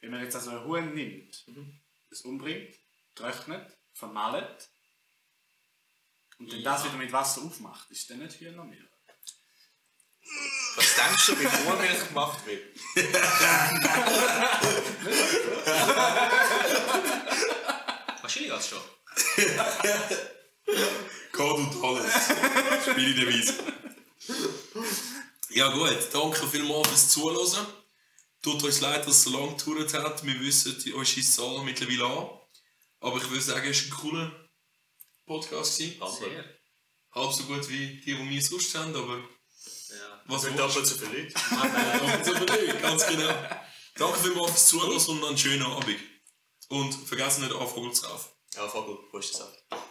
S6: Wenn man jetzt also ein Huhn nimmt, es umbringt, trocknet, vermahlt und dann das wieder mit Wasser aufmacht, ist dann nicht Hühnermilch.
S5: Was denkst du, wie Vormilch gemacht wird?
S3: Wahrscheinlich hast du schon.
S4: Gott und alles. [LAUGHS] Spiele der Weise. Ja gut, danke vielmals fürs Zuhören. Tut uns leid, dass es so lange gedauert hat. Wir wissen die- unsere Zahl mittlerweile an. Aber ich würde sagen, es war ein cooler Podcast. Gewesen.
S5: Hammer.
S3: Sehr.
S4: Halb so gut wie die, die wir sonst haben, aber
S3: Ja.
S4: was
S5: Mit
S4: willst
S5: doppelt so viel Leute.
S4: du? So belegt, Ganz genau. Danke vielmals fürs Zuhören und einen schönen Abend. Und vergesst nicht, Anfang zu kaufen.
S5: Ja, Vogel, wo ist das ab?